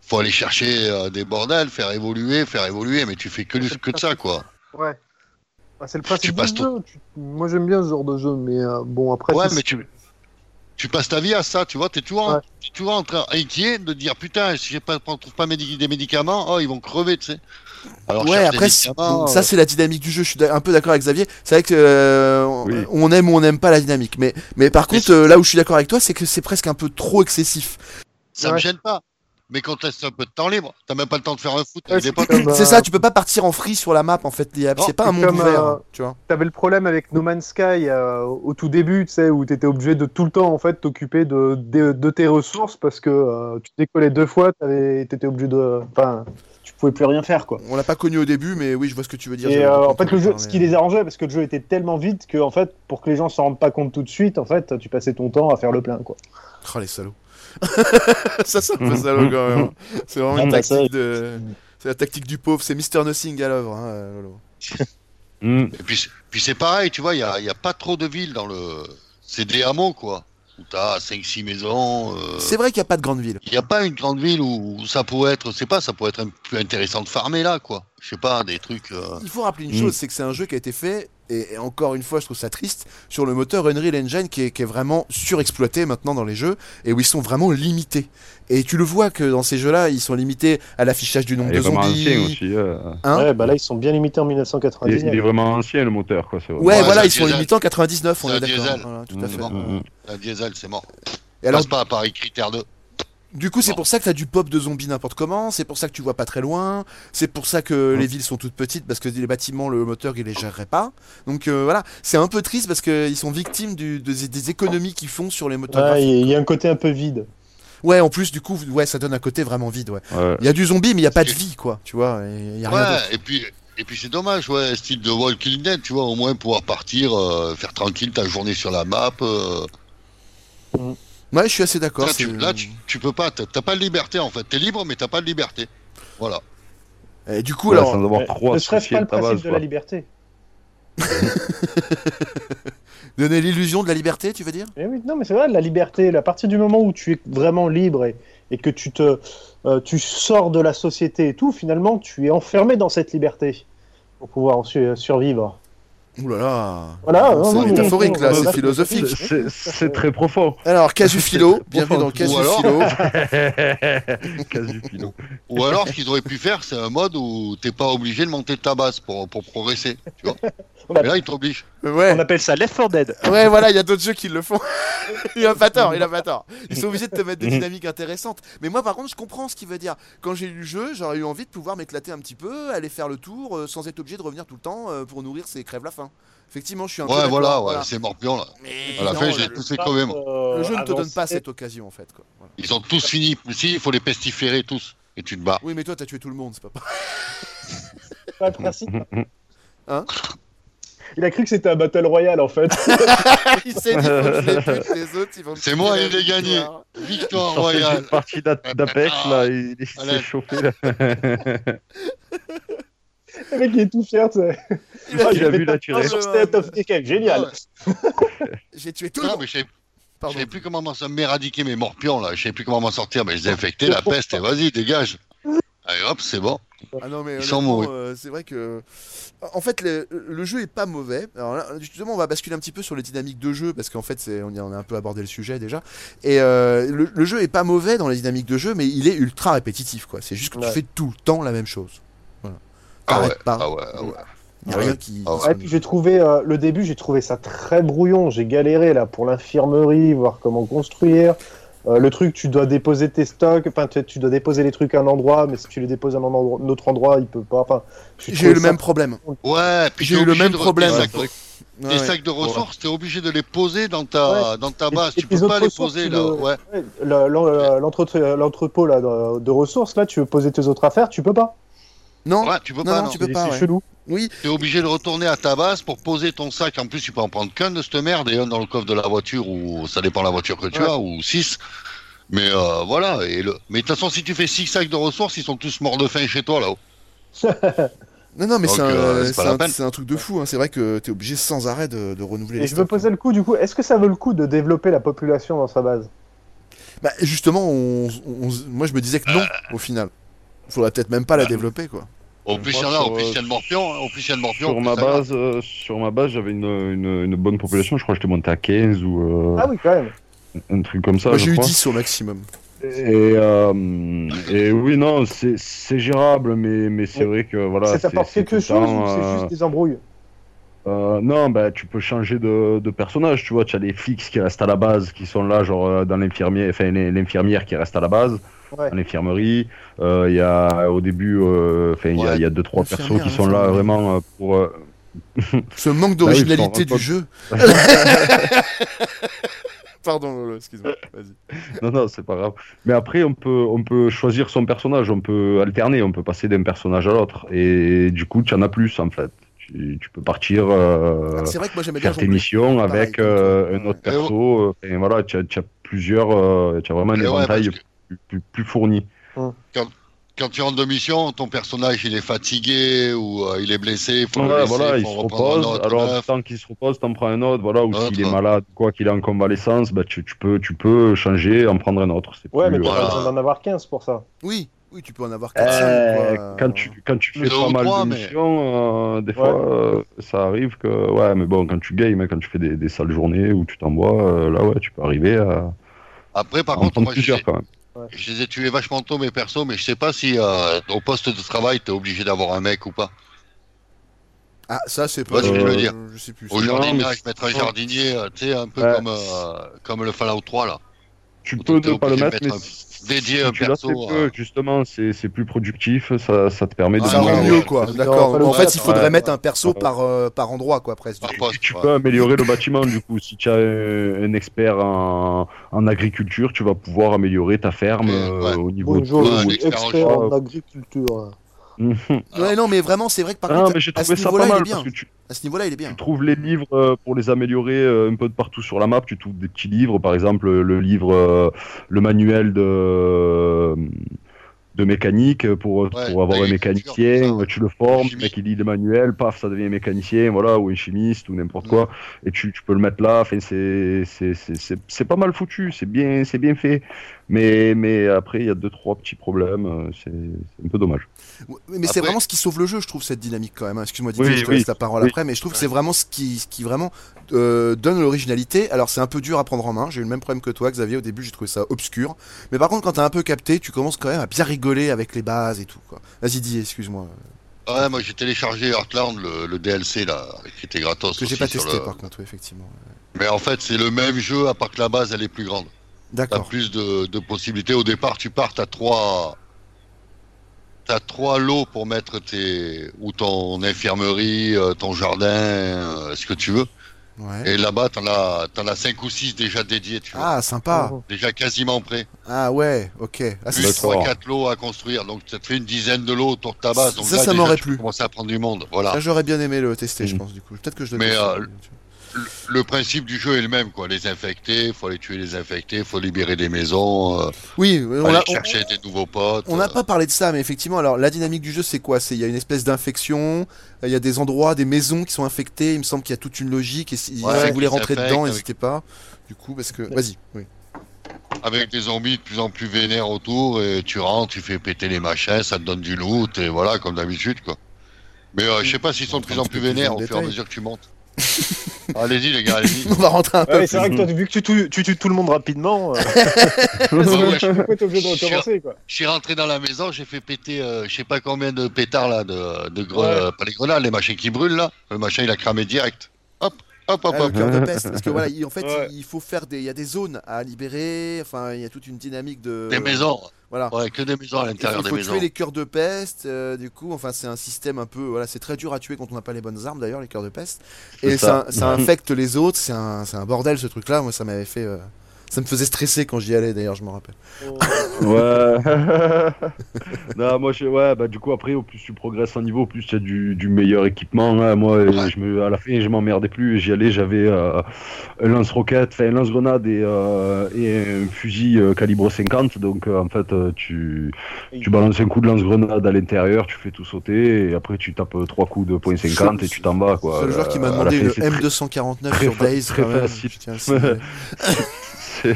Speaker 8: faut aller chercher euh, des bordels, faire évoluer, faire évoluer. Mais tu fais que, du- que de ça, quoi.
Speaker 7: Ouais. Bah, c'est le principe
Speaker 8: passes
Speaker 7: du jeu. tu- Moi j'aime bien ce genre de jeu, mais euh, bon, après.
Speaker 8: Ouais,
Speaker 7: c'est-
Speaker 8: mais tu, tu passes ta vie à ça, tu vois. T'es toujours, en- t'es toujours en train inquiet de dire putain, si je pas- on trouve pas mes- des médicaments, oh, ils vont crever, tu sais. Alors,
Speaker 1: ouais,
Speaker 8: cherche des
Speaker 1: après, c'est-
Speaker 8: médicaments,
Speaker 1: ça
Speaker 8: euh,
Speaker 1: c'est la dynamique du jeu. Je suis d'a- un peu d'accord avec Xavier. C'est vrai que euh, on- on aime ou on n'aime pas la dynamique, mais mais par contre, euh, là où je suis d'accord avec toi, c'est que c'est presque un peu trop excessif.
Speaker 8: ça me gêne pas. Mais quand t'as un peu de temps libre, t'as même pas le temps de faire un foot
Speaker 7: Ouais,
Speaker 8: avec des
Speaker 7: c'est
Speaker 8: potes.
Speaker 7: comme, euh,
Speaker 1: C'est ça, tu peux pas partir en free sur la map en fait. Il y a-
Speaker 8: Non,
Speaker 1: C'est pas un
Speaker 7: c'est
Speaker 1: monde
Speaker 7: comme,
Speaker 1: ouvert,
Speaker 7: euh,
Speaker 1: hein, tu vois.
Speaker 7: T'avais le problème avec No Man's Sky euh, au tout début, tu sais, où t'étais obligé de tout le temps en fait t'occuper de, de, de tes ressources parce que euh, tu décollais deux fois, t'avais- t'étais obligé de, enfin, tu pouvais plus rien faire quoi.
Speaker 1: On l'a pas connu au début, mais oui, je vois ce que tu veux dire.
Speaker 7: Et
Speaker 1: j'avais
Speaker 7: euh,
Speaker 1: compris
Speaker 7: en fait,
Speaker 1: de quoi
Speaker 7: le
Speaker 1: tu
Speaker 7: jeu,
Speaker 1: parlais.
Speaker 7: ce qui les arrangeait, parce que le jeu était tellement vite que en fait, pour que les gens s'en rendent pas compte tout de suite, en fait, tu passais ton temps à faire le plein quoi.
Speaker 1: Oh les salauds. ça c'est un peu salaud quand même. C'est vraiment
Speaker 12: Ah,
Speaker 1: une
Speaker 12: bah, ça,
Speaker 1: tactique de. C'est la tactique du pauvre, c'est Mr. Nothing à l'œuvre, hein, euh, Lolo.
Speaker 5: Hmm.
Speaker 8: Et puis, c'est- puis c'est pareil, tu vois, il n'y a, il y a pas trop de villes dans le. C'est des hameaux, quoi. Où t'as 5-6 maisons. euh,
Speaker 1: C'est vrai qu'il n'y a pas de grande ville.
Speaker 8: Il n'y a pas une grande ville où, où ça pourrait être. C'est pas, ça pourrait être un- plus intéressant de farmer là, quoi. Je sais pas, des trucs. euh,
Speaker 1: Il faut rappeler une
Speaker 5: Mm.
Speaker 1: chose, c'est que c'est un jeu qui a été fait, et, et encore une fois je trouve ça triste, sur le moteur Unreal Engine qui est, qui est vraiment surexploité maintenant dans les jeux, et où ils sont vraiment limités. Et tu le vois que dans ces jeux-là, ils sont limités à l'affichage du nombre
Speaker 5: Il est
Speaker 1: de
Speaker 5: vraiment ancien
Speaker 1: zombies.
Speaker 5: aussi. euh.
Speaker 1: Hein
Speaker 12: ouais, bah là ils sont bien limités en
Speaker 5: Il, il
Speaker 12: 1999.
Speaker 5: est vraiment ancien, le moteur. Quoi. c'est vrai.
Speaker 1: Ouais,
Speaker 8: Ouais,
Speaker 1: voilà,
Speaker 8: c'est
Speaker 1: ils
Speaker 8: un
Speaker 1: sont
Speaker 8: diesel.
Speaker 1: limités en 99, on
Speaker 8: C'est
Speaker 1: est
Speaker 8: un
Speaker 1: d'accord.
Speaker 8: diesel. Mm.
Speaker 1: Voilà, tout à fait.
Speaker 8: bon.
Speaker 5: Hmm,
Speaker 1: Ouais.
Speaker 8: Un diesel, c'est mort.
Speaker 1: Et alors,
Speaker 8: Passe pas à Paris Critère 2.
Speaker 1: Du coup, c'est pour ça que t'as du pop de zombies n'importe comment, c'est pour ça que tu vois pas très loin, c'est pour ça que les villes sont toutes petites parce que les bâtiments, le moteur, il les gérerait pas. Donc euh, voilà, c'est un peu triste parce qu'ils sont victimes du- des, des économies qu'ils font sur les moteurs.
Speaker 12: Ouais,
Speaker 1: graphiques.
Speaker 12: il y a un côté un peu vide.
Speaker 1: Ouais, en plus, du coup, ouais, ça donne un côté vraiment vide, ouais.
Speaker 5: Ouais.
Speaker 1: Il y a du zombie, mais il y a pas de vie, quoi, tu vois, il y a rien
Speaker 8: Ouais,
Speaker 1: d'autre.
Speaker 8: et puis. Et puis c'est dommage, ouais, style de Walking Dead, tu vois, au moins pouvoir partir, euh, faire tranquille ta journée sur la map. euh.
Speaker 1: Ouais, je suis assez d'accord.
Speaker 8: Là, tu,
Speaker 1: c'est-
Speaker 8: là, tu- tu peux pas, t'as t'as pas de liberté en fait. T'es libre, mais t'as pas de liberté. Voilà.
Speaker 1: Et du coup,
Speaker 5: Ouais,
Speaker 1: alors,
Speaker 5: sans avoir trop
Speaker 12: Ne
Speaker 5: à
Speaker 12: serait-ce
Speaker 5: soucier
Speaker 12: pas
Speaker 5: de
Speaker 12: le
Speaker 5: ta
Speaker 12: principe
Speaker 5: base.
Speaker 12: de
Speaker 5: quoi.
Speaker 12: la liberté
Speaker 1: donner l'illusion de la liberté, tu veux dire
Speaker 12: Eh oui, non, mais c'est vrai, la liberté, à partir du moment où tu es vraiment libre et, et que tu te, euh, tu sors de la société et tout, finalement, tu es enfermé dans cette liberté pour pouvoir su- euh, survivre.
Speaker 1: Ouh là là
Speaker 12: Voilà, non,
Speaker 1: C'est
Speaker 12: non,
Speaker 1: métaphorique
Speaker 12: non,
Speaker 1: là,
Speaker 12: non,
Speaker 1: c'est
Speaker 12: non,
Speaker 1: philosophique
Speaker 5: Bah, C'est- C'est très profond.
Speaker 1: Alors, Casu Philo,
Speaker 5: C'est très
Speaker 1: bienvenue dans
Speaker 5: profond.
Speaker 1: Casu
Speaker 8: Ou alors-
Speaker 1: Philo.
Speaker 5: Casu Philo.
Speaker 8: Ou alors, ce qu'ils auraient pu faire, c'est un mode où t'es pas obligé de monter ta base pour, pour progresser, tu vois. Mais là, ils t'obligent.
Speaker 1: Ouais.
Speaker 10: On appelle ça Left 4 Dead.
Speaker 1: Ouais, voilà, il y a d'autres jeux qui le font. il a pas tort, il a pas tort. Ils sont obligés de te mettre des dynamiques intéressantes. Mais moi, par contre, je comprends ce qu'il veut dire. Quand j'ai eu le jeu, j'aurais eu envie de pouvoir m'éclater un petit peu, aller faire le tour, euh, sans être obligé de revenir tout le temps euh, pour nourrir ses crèves la faim. Effectivement, je suis un peu.
Speaker 8: Ouais, voilà,
Speaker 1: d'accord,
Speaker 8: ouais, c'est Morpion, là.
Speaker 1: Mais
Speaker 8: À la
Speaker 1: non,
Speaker 8: fin,
Speaker 1: le-
Speaker 8: je l'ai
Speaker 1: le-
Speaker 8: poussé quand même.
Speaker 1: Le jeu ne te donne pas cette occasion, en fait. Quoi. Voilà.
Speaker 8: Ils ont tous fini. Si, il faut les pestiférer tous. Et tu te bats.
Speaker 1: Oui, mais toi, t'as tué tout le monde, c'est pas pareil.
Speaker 12: pas le principe.
Speaker 1: Hein
Speaker 12: Il a cru que c'était un battle royal en fait.
Speaker 1: Il s'est dit, faut que je les tue, les autres, ils vont me
Speaker 8: C'est
Speaker 1: tirer
Speaker 8: moi,
Speaker 1: la
Speaker 8: il est gagné.
Speaker 1: victoire.
Speaker 8: Victoire
Speaker 5: sortait d'une
Speaker 8: royale.
Speaker 5: partie d'A- d'Apex, là, il, il
Speaker 8: Ah, Allez.
Speaker 5: s'est chauffé. Là.
Speaker 12: Le mec il est tout fier. tu sais.
Speaker 1: Il a
Speaker 12: Ah,
Speaker 1: dit,
Speaker 5: il a
Speaker 12: j'ai
Speaker 5: vu
Speaker 12: fait
Speaker 5: la
Speaker 12: pas
Speaker 5: tuerie.
Speaker 12: sur State of Decay,
Speaker 1: Ah
Speaker 12: génial.
Speaker 1: J'ai tué tout le
Speaker 8: Non, mais
Speaker 1: monde.
Speaker 8: je savais- je
Speaker 1: Pardon.
Speaker 8: savais plus comment m'en sortir, m'éradiquer mes morpions, là. Je savais plus comment m'en sortir, mais je les ai infectés, la peste. Et vas-y, dégage. Allez, hop, c'est bon.
Speaker 1: Ah non, mais
Speaker 8: Ils sont
Speaker 1: honnêtement,
Speaker 8: mourus.
Speaker 1: euh, c'est vrai que. En fait, le, le jeu est pas mauvais. Alors là, justement, on va basculer un petit peu sur les dynamiques de jeu, parce qu'en fait, c'est- on, y a, on a un peu abordé le sujet déjà. Et euh, le, le jeu est pas mauvais dans les dynamiques de jeu, mais il est ultra répétitif, quoi. C'est juste que tu
Speaker 12: Ouais.
Speaker 1: fais tout le temps la même chose. Voilà.
Speaker 8: Ah ouais,
Speaker 1: T'arrêtes pas.
Speaker 8: ah ouais, ah ouais.
Speaker 1: Y a
Speaker 8: Ah
Speaker 1: rien
Speaker 8: ouais.
Speaker 1: qui.
Speaker 8: Ah ouais.
Speaker 1: qui
Speaker 12: Ouais,
Speaker 1: sonne.
Speaker 12: puis j'ai trouvé euh, le début, j'ai trouvé ça très brouillon. J'ai galéré là pour l'infirmerie, voir comment construire. Euh, le truc, tu dois déposer tes stocks, enfin tu, tu dois déposer les trucs à un endroit, mais si tu les déposes à un, endroit- un autre endroit, il peut pas. Enfin, j'ai
Speaker 1: J'ai
Speaker 12: trouvé
Speaker 1: eu le
Speaker 12: ça-
Speaker 1: même problème.
Speaker 8: Ouais, puis
Speaker 1: J'ai
Speaker 8: t'es
Speaker 1: eu le
Speaker 8: obligé
Speaker 1: même
Speaker 8: de-
Speaker 1: problème.
Speaker 8: Les
Speaker 1: Ouais,
Speaker 8: sacs, de-
Speaker 1: Ouais,
Speaker 8: les
Speaker 1: ouais.
Speaker 8: sacs de ressources, t'es obligé de les poser dans ta, dans ta base.
Speaker 12: Et- et
Speaker 8: tu
Speaker 12: tes
Speaker 8: peux pas
Speaker 12: autres
Speaker 8: les
Speaker 12: ressources,
Speaker 8: poser,
Speaker 12: tu
Speaker 8: là.
Speaker 12: le-
Speaker 8: Ouais.
Speaker 12: Ouais, le- l'en- l'entre- L'entrepôt là de, de ressources, là, tu veux poser tes autres affaires, tu peux pas.
Speaker 1: Non,
Speaker 8: Ouais, tu peux
Speaker 1: non,
Speaker 8: pas,
Speaker 1: non,
Speaker 8: non.
Speaker 1: tu peux
Speaker 12: C'est-
Speaker 1: pas.
Speaker 12: C'est
Speaker 1: ouais.
Speaker 12: chelou.
Speaker 1: Oui,
Speaker 8: T'es obligé de retourner à ta base pour poser ton sac. En plus, tu peux en prendre qu'un de cette merde et un dans le coffre de la voiture ou ça dépend de la voiture que tu as ou six. Mais euh, voilà. Et le... Mais de toute façon, si tu fais six sacs de ressources, ils sont tous morts de faim chez toi là-haut.
Speaker 1: Non, non, mais
Speaker 8: Donc,
Speaker 1: c'est un,
Speaker 8: euh, c'est pas
Speaker 1: c'est
Speaker 8: la
Speaker 1: un-
Speaker 8: peine.
Speaker 1: c'est un truc de fou. hein. C'est vrai que t'es obligé sans arrêt de, de renouveler.
Speaker 12: Et
Speaker 1: les
Speaker 12: je me
Speaker 1: stocks.
Speaker 12: posais le coup du coup, est-ce que ça vaut le coup de développer la population dans sa base
Speaker 1: Bah, justement, on- on- on- moi je me disais que non,
Speaker 5: Euh.
Speaker 1: au final. Faudrait peut-être même
Speaker 5: Bah,
Speaker 1: pas la développer, quoi.
Speaker 8: Au plus, il y en a,
Speaker 5: Moi,
Speaker 8: au
Speaker 5: sur,
Speaker 8: plus,
Speaker 5: euh,
Speaker 8: il y a le morpion. hein, Au plus, il y a le morpion.
Speaker 5: sur,
Speaker 8: au
Speaker 5: ma
Speaker 8: plus, ça va.
Speaker 5: base, euh, sur ma base, j'avais une, une, une bonne population. Je crois que j'étais monté à 15 ou euh,
Speaker 12: Ah oui, quand même.
Speaker 5: un truc comme ça.
Speaker 1: Moi
Speaker 5: je
Speaker 1: j'ai eu
Speaker 5: crois.
Speaker 1: 10 au maximum.
Speaker 5: Et, euh, et oui, non, c'est- c'est gérable, mais, mais c'est vrai que voilà.
Speaker 12: ça t'apporte
Speaker 5: c'est- c'est
Speaker 12: quelque
Speaker 5: tout
Speaker 12: chose
Speaker 5: le temps,
Speaker 12: ou c'est
Speaker 5: euh,
Speaker 12: juste des embrouilles
Speaker 5: Euh, non, bah, tu peux changer de, de personnage, tu vois. Tu as les flics qui restent à la base, qui sont là, genre euh, dans l'infirmier, enfin les- l'infirmière qui reste à la base,
Speaker 12: Ouais.
Speaker 5: dans l'infirmerie. Euh, Il y a au début, euh, enfin il y a-
Speaker 8: Ouais.
Speaker 5: il y, a deux trois persos
Speaker 1: Infirmière,
Speaker 5: qui sont là
Speaker 1: infirmière.
Speaker 5: vraiment euh, pour. euh,
Speaker 1: Ce manque
Speaker 5: Bah oui,
Speaker 1: d'originalité
Speaker 5: je m'en
Speaker 1: du jeu. Pardon, Lolo, excuse-moi. Vas-y.
Speaker 5: Non, non, c'est pas grave. Mais après, on peut, on peut choisir son personnage, on peut alterner, on peut passer d'un personnage à l'autre, et du coup, tu en as plus en fait. Tu, tu peux partir. euh,
Speaker 1: Ah, C'est vrai que moi j'aimais bien
Speaker 5: faire tes
Speaker 1: jongler.
Speaker 5: missions
Speaker 1: Pareil,
Speaker 5: avec
Speaker 1: comme
Speaker 5: euh,
Speaker 1: toi.
Speaker 5: un autre
Speaker 8: Ouais. Et
Speaker 5: perso. euh, Et voilà, tu as, tu as plusieurs, euh, tu as vraiment un
Speaker 8: Et ouais,
Speaker 5: éventail
Speaker 8: parce
Speaker 5: plus, plus, plus fourni.
Speaker 8: Quand tu rentres de mission, ton personnage, il est fatigué ou euh, il est blessé. il Faut le
Speaker 5: Ouais,
Speaker 8: laisser,
Speaker 5: voilà,
Speaker 8: faut
Speaker 5: il se
Speaker 8: en reprendre un
Speaker 5: repose.
Speaker 8: autre,
Speaker 5: alors,
Speaker 8: neuf.
Speaker 5: tant qu'il se repose, t'en prends un autre. Voilà, ou
Speaker 8: Autre.
Speaker 5: s'il est malade, quoi qu'il est en convalescence, bah, tu, tu peux, tu peux changer, en prendre un autre. C'est
Speaker 12: Ouais,
Speaker 5: plus,
Speaker 12: mais t'as
Speaker 5: euh,
Speaker 12: pas
Speaker 8: voilà.
Speaker 12: besoin d'en avoir 15 pour ça.
Speaker 1: Oui, oui, tu peux en avoir 4
Speaker 5: euh, quand tu quand tu
Speaker 8: Deux
Speaker 5: fais
Speaker 8: ou
Speaker 5: pas mal
Speaker 8: trois,
Speaker 5: de
Speaker 8: mais-
Speaker 5: missions, euh, des fois, euh, ça arrive que ouais, mais bon, quand tu games, hein, quand tu fais des, des sales journées où tu t'envoies, euh, là ouais, tu peux arriver à,
Speaker 8: Après, par
Speaker 5: à en
Speaker 8: contre,
Speaker 5: prendre
Speaker 8: moi, j'ai-
Speaker 5: plusieurs quand même.
Speaker 8: Je les ai tués vachement tôt, mes persos, mais je sais pas si euh, au poste de travail, t'es obligé d'avoir un mec ou pas.
Speaker 1: Ah, ça c'est pas.
Speaker 8: Ouais,
Speaker 5: je voulais
Speaker 1: euh,
Speaker 8: le dire.
Speaker 1: Je sais plus.
Speaker 5: Non,
Speaker 8: Au
Speaker 5: mais
Speaker 8: jardinage,
Speaker 5: c'est-
Speaker 8: mettre un jardinier, euh, tu sais, un peu
Speaker 5: Ouais.
Speaker 8: comme, euh, comme le Fallout 3, là.
Speaker 5: Tu
Speaker 8: Ou
Speaker 5: peux
Speaker 8: t'es
Speaker 5: ne pas le
Speaker 8: obligé de
Speaker 5: mettre, mais
Speaker 8: mettre un-
Speaker 5: si
Speaker 8: dédié un
Speaker 5: tu l'as
Speaker 8: perso,
Speaker 5: fait peu,
Speaker 8: euh.
Speaker 5: justement, c'est c'est plus productif, ça, ça te permet de
Speaker 1: Ça
Speaker 8: Ah,
Speaker 1: rend
Speaker 8: ouais,
Speaker 1: mieux,
Speaker 8: ouais.
Speaker 1: quoi.
Speaker 12: Non,
Speaker 1: D'accord.
Speaker 12: pas le
Speaker 1: En
Speaker 12: chat,
Speaker 1: fait, il faudrait
Speaker 12: ouais.
Speaker 1: mettre un perso
Speaker 5: Ouais.
Speaker 1: par, euh, par endroit, quoi, presque.
Speaker 8: Par
Speaker 5: Et
Speaker 8: poste,
Speaker 5: tu
Speaker 8: ouais.
Speaker 5: peux améliorer le bâtiment du coup. Si tu as euh, un expert en, en agriculture, tu vas pouvoir améliorer ta ferme
Speaker 8: Ouais.
Speaker 5: euh, au niveau
Speaker 12: Bonjour,
Speaker 8: Ouais,
Speaker 12: je suis
Speaker 8: l'expert en
Speaker 12: expert
Speaker 5: choix.
Speaker 12: en agriculture.
Speaker 5: Mhm.
Speaker 1: Ouais, non, mais vraiment, c'est vrai que par
Speaker 5: Ah,
Speaker 1: contre,
Speaker 5: mais j'ai
Speaker 1: à ce
Speaker 5: trouvé ça
Speaker 1: niveau-là,
Speaker 5: pas
Speaker 1: il
Speaker 5: mal
Speaker 1: est
Speaker 5: parce
Speaker 1: bien.
Speaker 5: que tu,
Speaker 1: À ce niveau-là, il est
Speaker 5: tu
Speaker 1: bien.
Speaker 5: trouves les livres euh, pour les améliorer euh, un peu de partout sur la map. Tu trouves des petits livres, par exemple le livre, euh, le manuel de de mécanique pour, pour avoir un mécanicien, tu le formes, le mec il lit le manuel, paf, ça devient un mécanicien, voilà, ou un chimiste, ou n'importe quoi, et tu, tu peux le mettre là, enfin, c'est, c'est, c'est, c'est, c'est pas mal foutu, c'est bien, c'est bien fait, mais, mais après il y a deux, trois petits problèmes, euh, c'est, c'est un peu dommage.
Speaker 1: Ouais, Mais c'est vraiment ce qui sauve le jeu, je trouve, cette dynamique quand même. hein. Excuse-moi, Didier,
Speaker 5: Oui,
Speaker 1: je te
Speaker 5: oui.
Speaker 1: laisse la parole
Speaker 5: Oui.
Speaker 1: après, mais je trouve que c'est vraiment ce qui, ce qui vraiment euh, donne l'originalité. Alors, c'est un peu dur à prendre en main. J'ai eu le même problème que toi, Xavier. Au début, j'ai trouvé ça obscur. Mais par contre, quand t'as un peu capté, tu commences quand même à bien rigoler avec les bases et tout. Quoi. Vas-y, Didier, excuse-moi.
Speaker 8: Ouais, moi j'ai téléchargé Heartland, le, le DLC là, qui était gratos.
Speaker 1: Que j'ai
Speaker 8: aussi
Speaker 1: pas
Speaker 8: sur
Speaker 1: testé,
Speaker 8: le-
Speaker 1: par contre, oui, effectivement.
Speaker 8: Mais en fait, c'est le même jeu, à part que la base elle est plus grande.
Speaker 1: D'accord.
Speaker 8: T'as plus de, de possibilités. Au départ, tu pars, t'as trois. T'as trois lots pour mettre tes. ou ton infirmerie, euh, ton jardin, euh, ce que tu veux.
Speaker 1: Ouais.
Speaker 8: Et là-bas, t'en as, t'en as cinq ou six déjà dédiés, tu vois.
Speaker 1: Ah, sympa.
Speaker 8: Déjà quasiment prêt.
Speaker 1: Ah ouais, ok. Ah, c'est-
Speaker 8: Plus 3-4 lots à construire, donc ça te fait une dizaine de lots autour de ta base. Donc
Speaker 1: Ça,
Speaker 8: là,
Speaker 1: ça
Speaker 8: déjà,
Speaker 1: m'aurait
Speaker 8: tu peux commencer à prendre du monde. Voilà.
Speaker 1: Ça, j'aurais bien aimé le tester, je pense, du coup. Peut-être que je le
Speaker 8: Mm. Mais
Speaker 1: teste.
Speaker 8: euh, le, le principe du jeu est le même, quoi. Les infectés, faut les tuer, les infectés, faut libérer des maisons. euh,
Speaker 1: Oui, on
Speaker 8: aller
Speaker 1: l'a- on-
Speaker 8: chercher des nouveaux potes. euh.
Speaker 1: On n'a pas parlé de ça, mais effectivement, alors la dynamique du jeu, c'est quoi C'est il y a une espèce d'infection, euh, il y a des endroits, des maisons qui sont infectées. Il me semble qu'il y a toute une logique. Et si,
Speaker 8: Ouais,
Speaker 1: si vous voulez
Speaker 8: qui
Speaker 1: rentrer dedans,
Speaker 8: s'infectent
Speaker 1: n'hésitez pas. Du coup, parce que vas-y. Oui.
Speaker 8: Avec des zombies de plus en plus vénères autour, et tu rentres, tu fais péter les machins, ça te donne du loot, et voilà, comme d'habitude, quoi. Mais euh, je sais pas s'ils sont de plus en plus vénères au fur et à mesure que tu montes. allez-y, les gars, allez-y.
Speaker 1: On va rentrer un peu.
Speaker 10: c'est vrai que toi, vu que tu tues, tu tues tout le monde rapidement. euh,
Speaker 8: Pourquoi
Speaker 10: t'es obligé de recommencer, quoi
Speaker 8: Je Ah suis rentré dans la maison, j'ai fait péter euh, je sais pas combien de pétards là, de, de gre-
Speaker 10: Ouais.
Speaker 8: euh, pas les grenades, les machins qui brûlent là. Le machin il a cramé direct. Hop, hop, hop,
Speaker 1: Ah, le
Speaker 8: hop.
Speaker 1: cœur de peste, parce que voilà, il- en fait, il faut faire des, il y a des zones à libérer. Enfin, il y a toute une dynamique de.
Speaker 8: Des maisons.
Speaker 1: Voilà.
Speaker 8: Ouais, que des maisons à l'intérieur
Speaker 1: Il
Speaker 8: des
Speaker 1: faut
Speaker 8: maisons.
Speaker 1: tuer les cœurs de peste, euh, du coup, enfin c'est un système un peu, voilà, c'est très dur à tuer quand on n'a pas les bonnes armes d'ailleurs, les cœurs de peste.
Speaker 5: C'est
Speaker 1: Et ça,
Speaker 5: ça.
Speaker 1: ça infecte les autres, c'est un, c'est un bordel ce truc-là, moi ça m'avait fait... euh, Ça me faisait stresser quand j'y allais d'ailleurs, je m'en rappelle.
Speaker 5: Ouais. non, moi, je, ouais, bah, du coup, après, au plus tu progresses en niveau, au plus tu as du, du meilleur équipement. hein. Moi, euh, je me, à la fin, je m'emmerdais plus. J'y allais, j'avais euh, un lance-roquette, enfin, un lance-grenade et, euh, et un fusil euh, calibre 50. Donc, euh, en fait, euh, tu, tu balances un coup de lance-grenade à l'intérieur, tu fais tout sauter, et après, tu tapes euh, trois coups de point 50 et tu t'en vas, quoi.
Speaker 1: C'est le joueur qui m'a
Speaker 5: Euh, à la
Speaker 1: demandé
Speaker 5: fin,
Speaker 1: le
Speaker 5: c'est très-
Speaker 1: M249
Speaker 5: très
Speaker 1: sur
Speaker 5: fa-
Speaker 1: Days,
Speaker 5: très
Speaker 1: quand même.
Speaker 5: facile.
Speaker 1: Je tiens à signaler.
Speaker 5: C'est-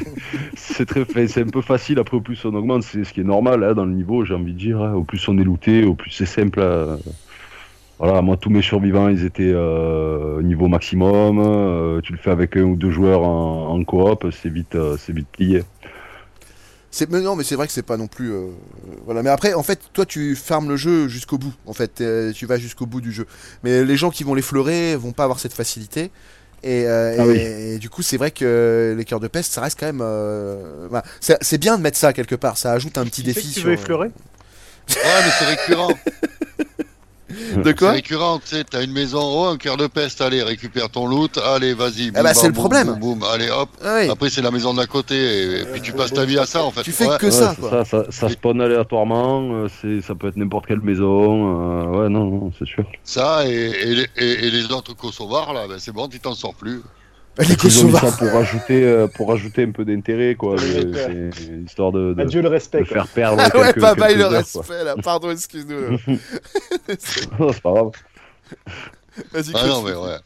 Speaker 5: c'est très fa- c'est un peu facile après au plus on augmente c'est ce qui est normal hein, dans le niveau j'ai envie de dire hein. au plus on est looté au plus c'est simple hein. voilà moi tous mes survivants ils étaient euh, au niveau maximum euh, tu le fais avec un ou deux joueurs en, en coop c'est vite euh, c'est vite plié
Speaker 1: C'est mais non, mais c'est vrai que c'est pas non plus euh, voilà. Mais après, en fait, toi, tu fermes le jeu jusqu'au bout. En fait, Euh, tu vas jusqu'au bout du jeu. Mais les gens qui vont l'effleurer vont pas avoir cette facilité. Et, euh,
Speaker 5: Ah
Speaker 1: et-
Speaker 5: oui.
Speaker 1: et du coup, c'est vrai que les cœurs de peste, ça reste quand même. euh, voilà. C'est c'est bien de mettre ça quelque part. Ça ajoute un petit défi.
Speaker 10: tu
Speaker 1: sur-
Speaker 10: veux effleurer
Speaker 8: Ouais, mais c'est récurrent.
Speaker 1: euh, De quoi
Speaker 8: C'est récurrent, tu sais, t'as une maison, oh, un cœur de peste, allez, récupère ton loot, allez, vas-y. boum,
Speaker 1: bah, c'est
Speaker 8: bam,
Speaker 1: le
Speaker 8: boum,
Speaker 1: problème.
Speaker 8: Boum, boum, allez, hop.
Speaker 1: Ah
Speaker 8: Après, c'est la maison d'à côté, et, et puis tu passes ta vie à ça, en fait. Ouais.
Speaker 5: Ouais, c'est ça, ça, ça spawn aléatoirement euh, c'est ça peut être n'importe quelle maison euh, ouais non, non c'est sûr
Speaker 8: Ça, et, et les- et- et les autres Kosovars, là, ben, c'est bon, tu t'en sors plus.
Speaker 5: ils ont mis ça pour rajouter euh, pour rajouter un peu d'intérêt quoi mais c'est histoire de, de-
Speaker 8: Adieu le respect,
Speaker 5: de
Speaker 8: quoi.
Speaker 5: faire perdre
Speaker 1: Ah ouais,
Speaker 5: quelques-
Speaker 1: pas mal
Speaker 5: quelques
Speaker 1: le
Speaker 5: heures,
Speaker 1: respect
Speaker 5: quoi.
Speaker 1: là. Pardon, excuse-nous.
Speaker 5: Non, c'est pas grave.
Speaker 1: Vas-y,
Speaker 8: Ah non, mais
Speaker 1: continue.
Speaker 8: ouais.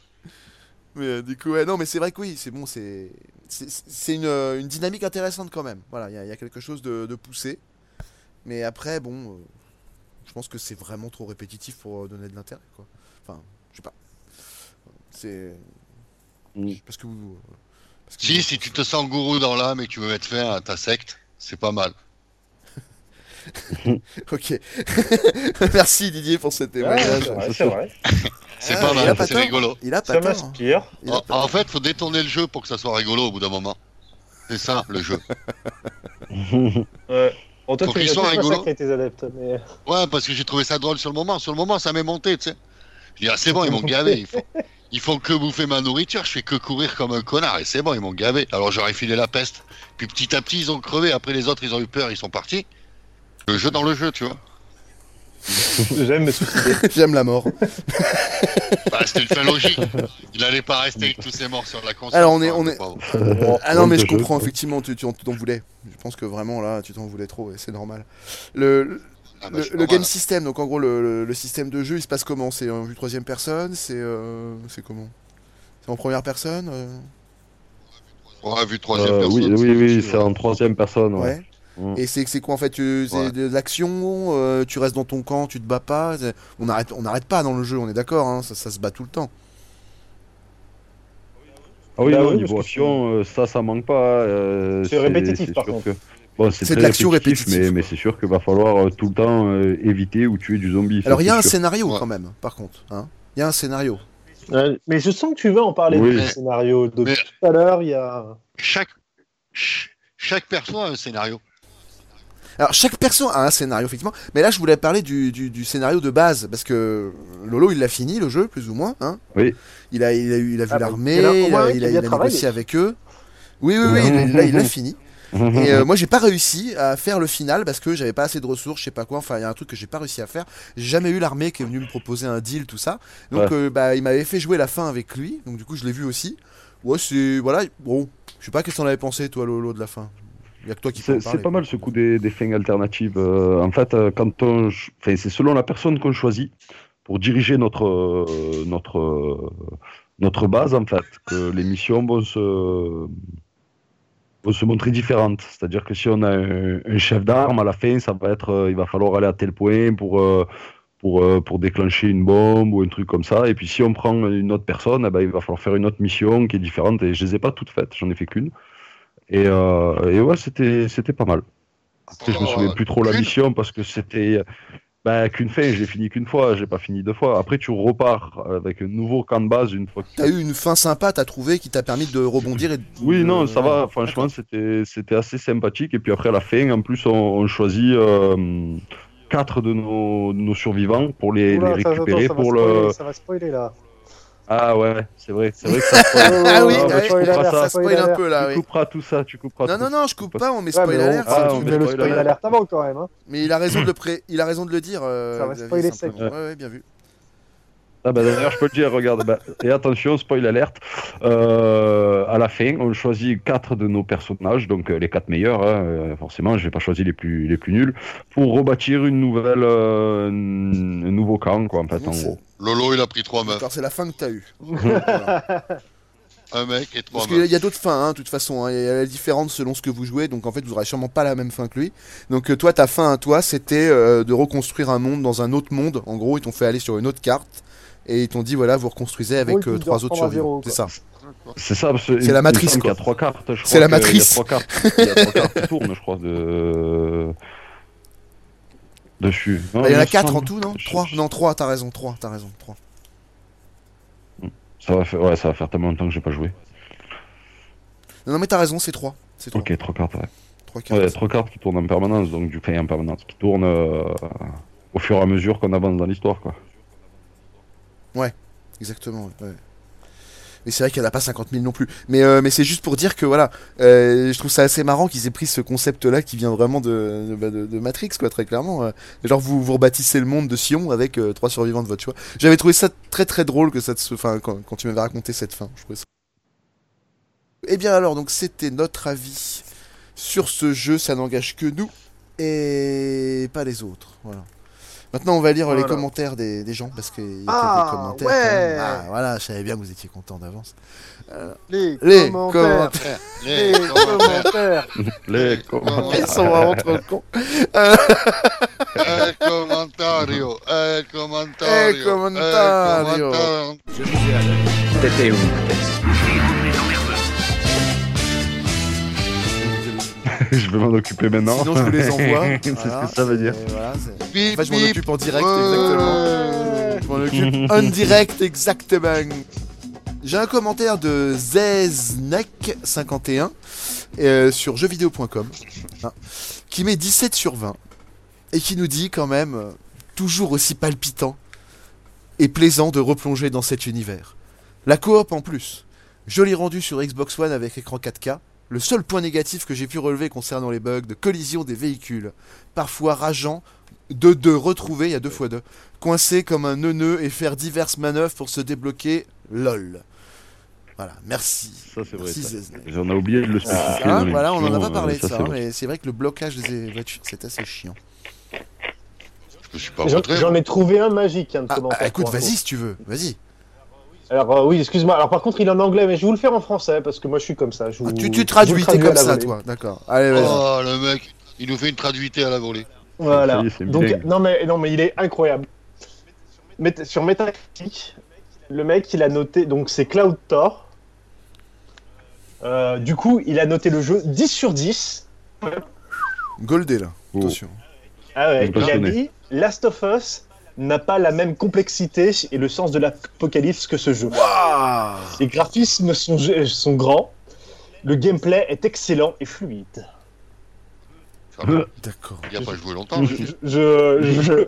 Speaker 1: Mais euh, du coup, ouais, non, mais c'est vrai que oui, c'est bon, c'est c'est- c'est une, euh, une dynamique intéressante quand même. Voilà, il y a- il y, a quelque chose de, de poussé. Mais après, bon, euh, je pense que c'est vraiment trop répétitif pour euh, donner de l'intérêt, quoi. Enfin, je sais pas. C'est parce que vous.
Speaker 8: Si, si tu te sens gourou dans l'âme et que tu veux mettre fin à ta secte, c'est pas mal.
Speaker 1: ok. Merci Didier pour ce témoignage.
Speaker 8: Ouais, c'est vrai, C'est pas
Speaker 1: Ah, il a
Speaker 8: mal,
Speaker 1: pas
Speaker 8: c'est
Speaker 1: tort.
Speaker 8: rigolo.
Speaker 1: Il a pas Ça tort. m'inspire. Il a
Speaker 8: En, en fait, faut détourner le jeu pour que ça soit rigolo au bout d'un moment. C'est ça, le jeu.
Speaker 12: Ouais. Bon, toi,
Speaker 8: Faut
Speaker 12: tu les
Speaker 8: qu'ils
Speaker 12: as
Speaker 8: soient
Speaker 12: tous
Speaker 8: rigolos.
Speaker 12: massacrés, tes adeptes, mais... euh,
Speaker 8: Ouais, parce que j'ai trouvé ça drôle sur le moment. Sur le moment, ça m'est monté, tu sais. Je dis, ah, c'est bon, ils m'ont gavé. Ils font, ils font que bouffer ma nourriture. Je fais que courir comme un connard. Et c'est bon, ils m'ont gavé. Alors j'aurais filé la peste. Puis petit à petit, ils ont crevé. Après, les autres, ils ont eu peur. Ils sont partis. Le jeu dans le jeu, tu vois.
Speaker 12: J'aime me suicider.
Speaker 1: J'aime la mort.
Speaker 8: Bah, c'était une fin logique. Il allait pas rester avec tous ses morts sur la console.
Speaker 1: Alors on est, on
Speaker 8: Enfin,
Speaker 1: est.
Speaker 8: pauvre.
Speaker 1: Ah non mais je comprends effectivement, tu tu- tu t'en voulais. Je pense que vraiment là, tu t'en voulais trop et c'est normal. Le,
Speaker 8: Ah, bah,
Speaker 1: le,
Speaker 8: c'est
Speaker 1: le
Speaker 8: normal.
Speaker 1: game system, donc en gros le, le- le système de jeu, il se passe comment C'est en vue troisième personne C'est euh, c'est comment C'est en première personne euh
Speaker 8: On a vu troisième
Speaker 5: Euh,
Speaker 8: personne.
Speaker 5: oui, oui, oui, c'est en troisième personne.
Speaker 1: Ouais.
Speaker 5: Ouais. Mm.
Speaker 1: Et c'est c'est quoi en fait tu- C'est
Speaker 8: Ouais.
Speaker 1: de l'action euh, Tu restes dans ton camp, tu te bats pas c'est- On n'arrête on arrête pas dans le jeu, on est d'accord, hein, ça, ça se bat tout le temps.
Speaker 5: Ah oui,
Speaker 12: Bah
Speaker 5: non,
Speaker 12: oui,
Speaker 5: niveau
Speaker 12: parce que
Speaker 5: action, euh, ça, ça manque pas. euh,
Speaker 12: C'est répétitif,
Speaker 5: c'est
Speaker 12: par
Speaker 5: sûr
Speaker 12: contre.
Speaker 5: que- Bon, c'est
Speaker 1: C'est de
Speaker 5: très
Speaker 1: l'action
Speaker 5: répétitif,
Speaker 1: répétitive,
Speaker 5: Mais, mais c'est sûr qu'il va falloir euh, tout le temps euh, éviter ou tuer du zombie. ça,
Speaker 1: Alors il y a
Speaker 5: c'est
Speaker 1: un
Speaker 5: sûr.
Speaker 1: scénario
Speaker 8: Ouais.
Speaker 1: quand même, par contre. hein. Il y a un scénario.
Speaker 12: Ouais, Mais je sens que tu veux en parler
Speaker 5: Oui.
Speaker 12: de ce scénario. Depuis
Speaker 8: Mais-
Speaker 12: tout à l'heure, il y a.
Speaker 8: Chaque, ch- chaque perso a un scénario.
Speaker 1: Alors chaque perso a un scénario effectivement, mais là je voulais parler du, du- du scénario de base parce que Lolo il l'a fini le jeu plus ou moins. Hein
Speaker 5: Oui.
Speaker 1: Il a il a, eu- il a vu
Speaker 12: Ah, bah,
Speaker 1: l'armée,
Speaker 12: il y en a au
Speaker 1: il
Speaker 12: moins
Speaker 1: a, il a-
Speaker 12: un qui a bien
Speaker 1: il a
Speaker 12: travaillé.
Speaker 1: négocié avec eux. Oui oui oui, il- là il l'a fini. Et euh, moi j'ai pas réussi à faire le final parce que j'avais pas assez de ressources, je sais pas quoi. Enfin il y a un truc que j'ai pas réussi à faire. J'ai jamais eu l'armée qui est venue me proposer un deal tout ça. Donc euh, bah il m'avait fait jouer la fin avec lui, donc du coup je l'ai vu aussi. Ouais c'est voilà bon, je sais pas qu'est-ce que t'en avais pensé toi Lolo de la fin. Y a que toi qui peux en
Speaker 5: C'est
Speaker 1: parler.
Speaker 5: c'est pas mal ce coup des, des fins alternatives. Euh, en fait, euh, quand on, ch- enfin, c'est selon la personne qu'on choisit pour diriger notre euh, notre euh, notre base en fait que les missions vont se vont se montrer différentes. C'est-à-dire que si on a un, un chef d'arme à la fin, ça va être, euh, il va falloir aller à tel point pour euh, pour, euh, pour déclencher une bombe ou un truc comme ça. Et puis si on prend une autre personne, eh ben, il va falloir faire une autre mission qui est différente. Et je les ai pas toutes faites, j'en ai fait qu'une. Et, euh, et ouais, c'était c'était pas mal. Après, je me souviens
Speaker 8: Oh,
Speaker 5: plus trop la
Speaker 8: Qu'une
Speaker 5: mission parce que c'était bah, qu'une fin. J'ai fini qu'une fois, j'ai pas fini deux fois. Après, tu repars avec un nouveau camp de base une fois. que-
Speaker 1: T'as eu une fin sympa, t'as trouvé qui t'a permis de rebondir et de- Euh,
Speaker 5: Oui, non,
Speaker 1: de-
Speaker 5: ça va. Franchement, c'était c'était assez sympathique. Et puis après, à la fin, en plus, on, on choisit euh, quatre de nos, de nos survivants pour les,
Speaker 12: Oula,
Speaker 5: les
Speaker 12: ça- attends,
Speaker 5: récupérer
Speaker 12: ça va
Speaker 5: pour
Speaker 12: spoiler,
Speaker 5: le.
Speaker 12: Ça va spoiler là.
Speaker 5: Ah ouais, c'est vrai, c'est vrai. Que ça spoil.
Speaker 1: Ah oui,
Speaker 5: Ah,
Speaker 1: ah
Speaker 5: bah,
Speaker 1: oui,
Speaker 5: tu couperas
Speaker 1: ça,
Speaker 5: ça.
Speaker 1: spoil un peu là.
Speaker 5: Tu
Speaker 1: Oui.
Speaker 5: couperas tout ça, tu couperas.
Speaker 1: Non,
Speaker 5: tout
Speaker 1: non, non, je coupe pas, on met
Speaker 12: Ouais,
Speaker 1: spoil
Speaker 12: mais on-
Speaker 1: alert.
Speaker 5: Ah,
Speaker 1: c'est
Speaker 5: on
Speaker 1: un
Speaker 5: met
Speaker 1: truc.
Speaker 12: Mais le
Speaker 5: spoil
Speaker 12: spoil
Speaker 5: alert.
Speaker 12: alerte avant quand même. Hein.
Speaker 1: Mais il a raison de le pré... il a raison de le dire. euh,
Speaker 12: Ça va
Speaker 1: Xavier,
Speaker 12: spoiler
Speaker 1: simplement.
Speaker 5: sec.
Speaker 1: Ouais, ouais, bien vu.
Speaker 5: Ah bah d'ailleurs je peux le dire, regarde, bah, et attention, spoil alerte, euh, à la fin on choisit quatre de nos personnages, donc euh, les quatre meilleurs, hein, euh, forcément je vais pas choisir les plus, les plus nuls, pour rebâtir une nouvelle, euh, un nouveau camp quoi en fait en
Speaker 1: C'est-
Speaker 5: gros.
Speaker 8: Lolo, il a pris trois
Speaker 12: Bah.
Speaker 8: meufs.
Speaker 1: D'accord, c'est la fin que t'as eue. Voilà.
Speaker 8: Un mec et trois
Speaker 1: Parce qu'il
Speaker 8: meufs.
Speaker 1: y a d'autres fins, hein, de toute façon. hein, Il y a la différence selon ce que vous jouez, donc en fait, vous aurez sûrement pas la même fin que lui. Donc euh, toi, ta fin à toi, c'était euh, de reconstruire un monde dans un autre monde. En gros, ils t'ont fait aller sur une autre carte et ils t'ont dit voilà, vous reconstruisez
Speaker 7: gros,
Speaker 1: avec
Speaker 7: ils
Speaker 1: euh,
Speaker 7: te
Speaker 1: trois
Speaker 7: disent
Speaker 1: autres
Speaker 7: prendre un
Speaker 1: survivants.
Speaker 7: zéro,
Speaker 1: C'est ça.
Speaker 5: C'est ça, parce que
Speaker 1: C'est
Speaker 5: il
Speaker 1: la
Speaker 5: me
Speaker 1: matrice,
Speaker 5: semble
Speaker 1: quoi.
Speaker 5: qu'il y a trois cartes, je crois.
Speaker 1: C'est la
Speaker 5: que-
Speaker 1: matrice.
Speaker 5: Il y a trois cartes, il y a trois cartes qui tournent je crois de... dessus. Non,
Speaker 1: Bah, il y en a
Speaker 5: me
Speaker 1: quatre en
Speaker 5: semble.
Speaker 1: tout, non
Speaker 5: Je-
Speaker 1: Trois Non, trois. T'as raison. Trois. T'as raison. Trois.
Speaker 5: Ça va, faire... ouais, ça va faire tellement longtemps que j'ai pas joué.
Speaker 1: Non, non mais t'as raison, c'est 3. C'est 3.
Speaker 5: Ok, trois cartes, ouais.
Speaker 1: Trois cartes.
Speaker 5: Ouais, il y a trois cartes qui tournent en permanence, donc du enfin, en permanence, qui tournent euh, au fur et à mesure qu'on avance dans l'histoire, quoi.
Speaker 1: Exactement. ouais. Mais c'est vrai qu'elle a pas 50 000 non plus. Mais, euh, mais c'est juste pour dire que voilà, euh, je trouve ça assez marrant qu'ils aient pris ce concept-là qui vient vraiment de, de, bah, de- de Matrix, quoi, très clairement. euh. genre, vous, vous rebâtissez le monde de Sion avec euh, trois survivants de votre choix. J'avais trouvé ça très très drôle que ça te se... Enfin, quand, quand tu m'avais raconté cette fin. Je trouvais ça... Eh bien alors, donc c'était notre avis sur ce jeu. Ça n'engage que nous et pas les autres. Voilà. Maintenant, on va lire les
Speaker 10: Voilà.
Speaker 1: commentaires des, des gens parce qu'il y a
Speaker 7: Ah,
Speaker 1: des commentaires.
Speaker 7: ouais.
Speaker 1: quand même. Ah, voilà, je savais bien que vous étiez content d'avance.
Speaker 7: Les,
Speaker 1: Les
Speaker 7: commentaires.
Speaker 8: Frère,
Speaker 7: Les
Speaker 8: les commentaires.
Speaker 7: commentaires.
Speaker 5: Les
Speaker 1: Ils sont vraiment trop cons.
Speaker 8: El
Speaker 1: Eh,
Speaker 8: commentario. El commentario.
Speaker 1: El commentario.
Speaker 8: El commentario.
Speaker 2: T'étais où
Speaker 5: je vais m'en occuper maintenant.
Speaker 1: Sinon, je vous les envoie.
Speaker 5: C'est ce que
Speaker 1: Voilà,
Speaker 5: ça veut dire.
Speaker 1: c'est- voilà, c'est-
Speaker 8: Bip,
Speaker 1: En fait, je m'en
Speaker 8: bip.
Speaker 1: occupe en direct,
Speaker 8: Ouais.
Speaker 1: exactement. Je m'en occupe en direct, exactement. J'ai un commentaire de Zeznek51 euh, sur jeuxvideo.com hein, qui met 17 sur 20 et qui nous dit quand même euh, toujours aussi palpitant et plaisant de replonger dans cet univers. La coop en plus. Joli rendu sur Xbox One avec écran 4K, Le seul point négatif que j'ai pu relever concernant les bugs de collision des véhicules, parfois rageant, de deux retrouvés, il y a deux fois deux, coincé comme un neuneu et faire diverses manœuvres pour se débloquer, lol. Voilà, merci.
Speaker 5: Ça, c'est vrai.
Speaker 1: Merci,
Speaker 5: ça.
Speaker 1: Zeznay.
Speaker 5: J'en ai oublié de le
Speaker 1: Ah,
Speaker 5: spécifier.
Speaker 1: ah,
Speaker 5: dans
Speaker 1: voilà, on n'en a
Speaker 5: l'émission,
Speaker 1: pas
Speaker 5: euh,
Speaker 1: parlé de ça,
Speaker 5: c'est
Speaker 1: hein,
Speaker 5: vrai.
Speaker 1: mais c'est vrai que le blocage des voitures, c'est assez chiant.
Speaker 8: Je suis
Speaker 12: J'en j'en ai trouvé un magique. hein, de commentaire
Speaker 1: Ah, écoute,
Speaker 12: pour info.
Speaker 1: vas-y si tu veux, vas-y.
Speaker 12: Alors euh, oui, excuse-moi. Alors par contre, il est en anglais, mais je vais vous le faire en français parce que moi, je suis comme ça. Je vous-
Speaker 1: Ah, Tu,
Speaker 12: je vous
Speaker 1: tu traduis,
Speaker 12: le
Speaker 1: t'es
Speaker 12: à
Speaker 1: comme
Speaker 12: la
Speaker 1: ça,
Speaker 12: volée.
Speaker 1: toi, d'accord. Allez, vas-y.
Speaker 8: Oh, le mec, il nous fait une traduité à la volée.
Speaker 12: Voilà.
Speaker 8: Ça y est, c'est
Speaker 12: Donc
Speaker 8: dingue.
Speaker 12: non mais non mais il est incroyable. Mét- sur Metacritic, le mec il a noté donc c'est Cloud Thor. Euh, du coup, il a noté le jeu 10 sur 10.
Speaker 1: Goldé là,
Speaker 5: Oh.
Speaker 1: attention.
Speaker 12: Ah ouais, il a
Speaker 1: Impressionné.
Speaker 12: dit Last of Us n'a pas la même complexité et le sens de l'apocalypse que ce jeu. Les graphismes sont, sont grands, le gameplay est excellent et fluide.
Speaker 1: D'accord.
Speaker 8: Il a pas joué longtemps.
Speaker 12: Je, je, je- je-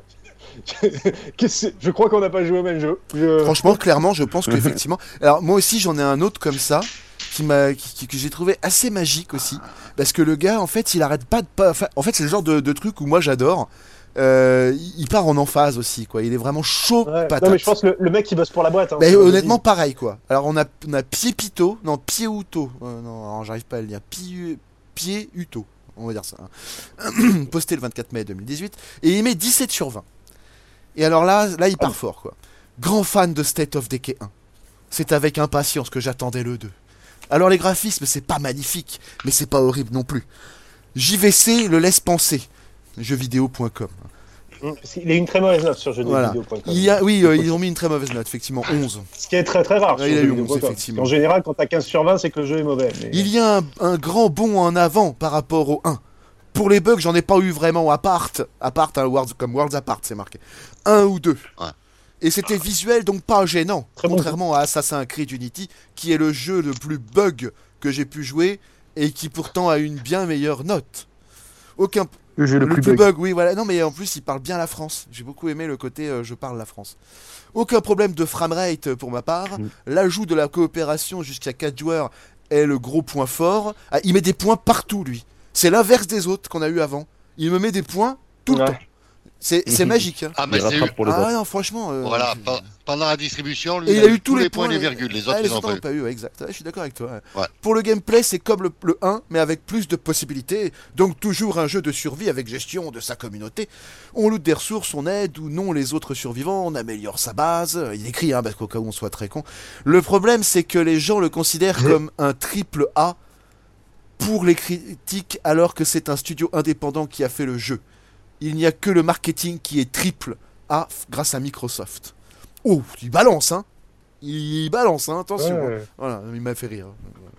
Speaker 12: qu'est-ce que- je crois qu'on n'a pas joué au même jeu. Je-
Speaker 1: Franchement, clairement, je pense qu'effectivement. Alors, moi aussi, j'en ai un autre comme ça, qui m'a, qui- qui- que j'ai trouvé assez magique aussi. Parce que le gars, en fait, il arrête pas de pas. enfin, En fait, c'est le genre de, de truc où moi j'adore. Euh, il- il part en emphase aussi, quoi. Il est vraiment chaud patate.
Speaker 12: Non mais je pense que le, le mec qui bosse pour la boîte. hein,
Speaker 1: Mais
Speaker 12: c'est-
Speaker 1: Bah, honnêtement, pareil quoi. Alors, on a, on a Pied Pito, non, Pied Uto. Euh, non, alors, j'arrive pas à le lire. Pied, Pied Uto, on va dire ça. hein. Posté le 24 mai 2018. Et il met 17 sur 20. Et alors là, là il part fort quoi. Grand fan de State of Decay 1. C'est avec impatience que j'attendais le 2. Alors les graphismes, c'est pas magnifique, mais c'est pas horrible non plus. JVC le laisse penser. Jeuxvideo.com.
Speaker 12: Hum, parce qu'il a eu une très mauvaise note sur
Speaker 1: Voilà.
Speaker 12: jeuxvideo.com.
Speaker 1: Il y a- oui, euh, ils ont mis une très mauvaise note, effectivement, 11.
Speaker 12: Ce qui est très très rare.
Speaker 1: Ouais,
Speaker 12: sur
Speaker 1: il a eu
Speaker 12: jeuxvideo.com.
Speaker 1: 11, effectivement.
Speaker 12: En général, quand t'as 15 sur 20, c'est que le jeu est mauvais. mais-
Speaker 1: Il y a un, un grand bond en avant par rapport au 1. Pour les bugs, j'en ai pas eu vraiment, à part, à part hein, Worlds- comme Worlds Apart, c'est marqué. Un ou deux. Et c'était visuel, donc pas gênant. contrairement à Assassin's Creed Unity, qui est le jeu le plus bug que j'ai pu jouer, et qui pourtant a une bien meilleure note. Aucun.
Speaker 7: Le jeu le plus
Speaker 1: plus
Speaker 7: bug.
Speaker 1: bug, oui, voilà. Non, mais en plus, il parle bien la France. J'ai beaucoup aimé le côté euh, je parle la France. Aucun problème de framerate euh, pour ma part.
Speaker 7: Mm.
Speaker 1: L'ajout de la coopération jusqu'à 4 joueurs est le gros point fort. Ah, il met des points partout, lui. C'est l'inverse des autres qu'on a eu avant. Il me met des points tout le temps. C'est c'est magique. hein.
Speaker 8: Ah, mais c'est eu...
Speaker 1: Ah, non, franchement. euh,
Speaker 8: Voilà, pe- pendant la distribution, lui,
Speaker 1: et il a eu tous les,
Speaker 8: points et les
Speaker 1: et-
Speaker 8: virgules. Les
Speaker 1: Ah,
Speaker 8: autres, ils
Speaker 1: autres n'en
Speaker 8: n'ont pas
Speaker 1: ont
Speaker 8: eu.
Speaker 1: pas eu. ouais, Exact. Ouais, je suis d'accord avec toi. ouais.
Speaker 8: Ouais.
Speaker 1: Pour le gameplay, c'est comme le, le 1, mais avec plus de possibilités. Donc toujours un jeu de survie avec gestion de sa communauté. On loot des ressources, on aide ou non les autres survivants, on améliore sa base. Il écrit, hein, parce qu'au cas où on soit très con. Le problème, c'est que les gens le considèrent comme un triple A pour les critiques, alors que c'est un studio indépendant qui a fait le jeu. Il n'y a que le marketing qui est triple A f- grâce à Microsoft. Oh, il balance, hein Il balance, hein, attention.
Speaker 7: Ouais.
Speaker 1: Voilà, il m'a fait rire. Voilà.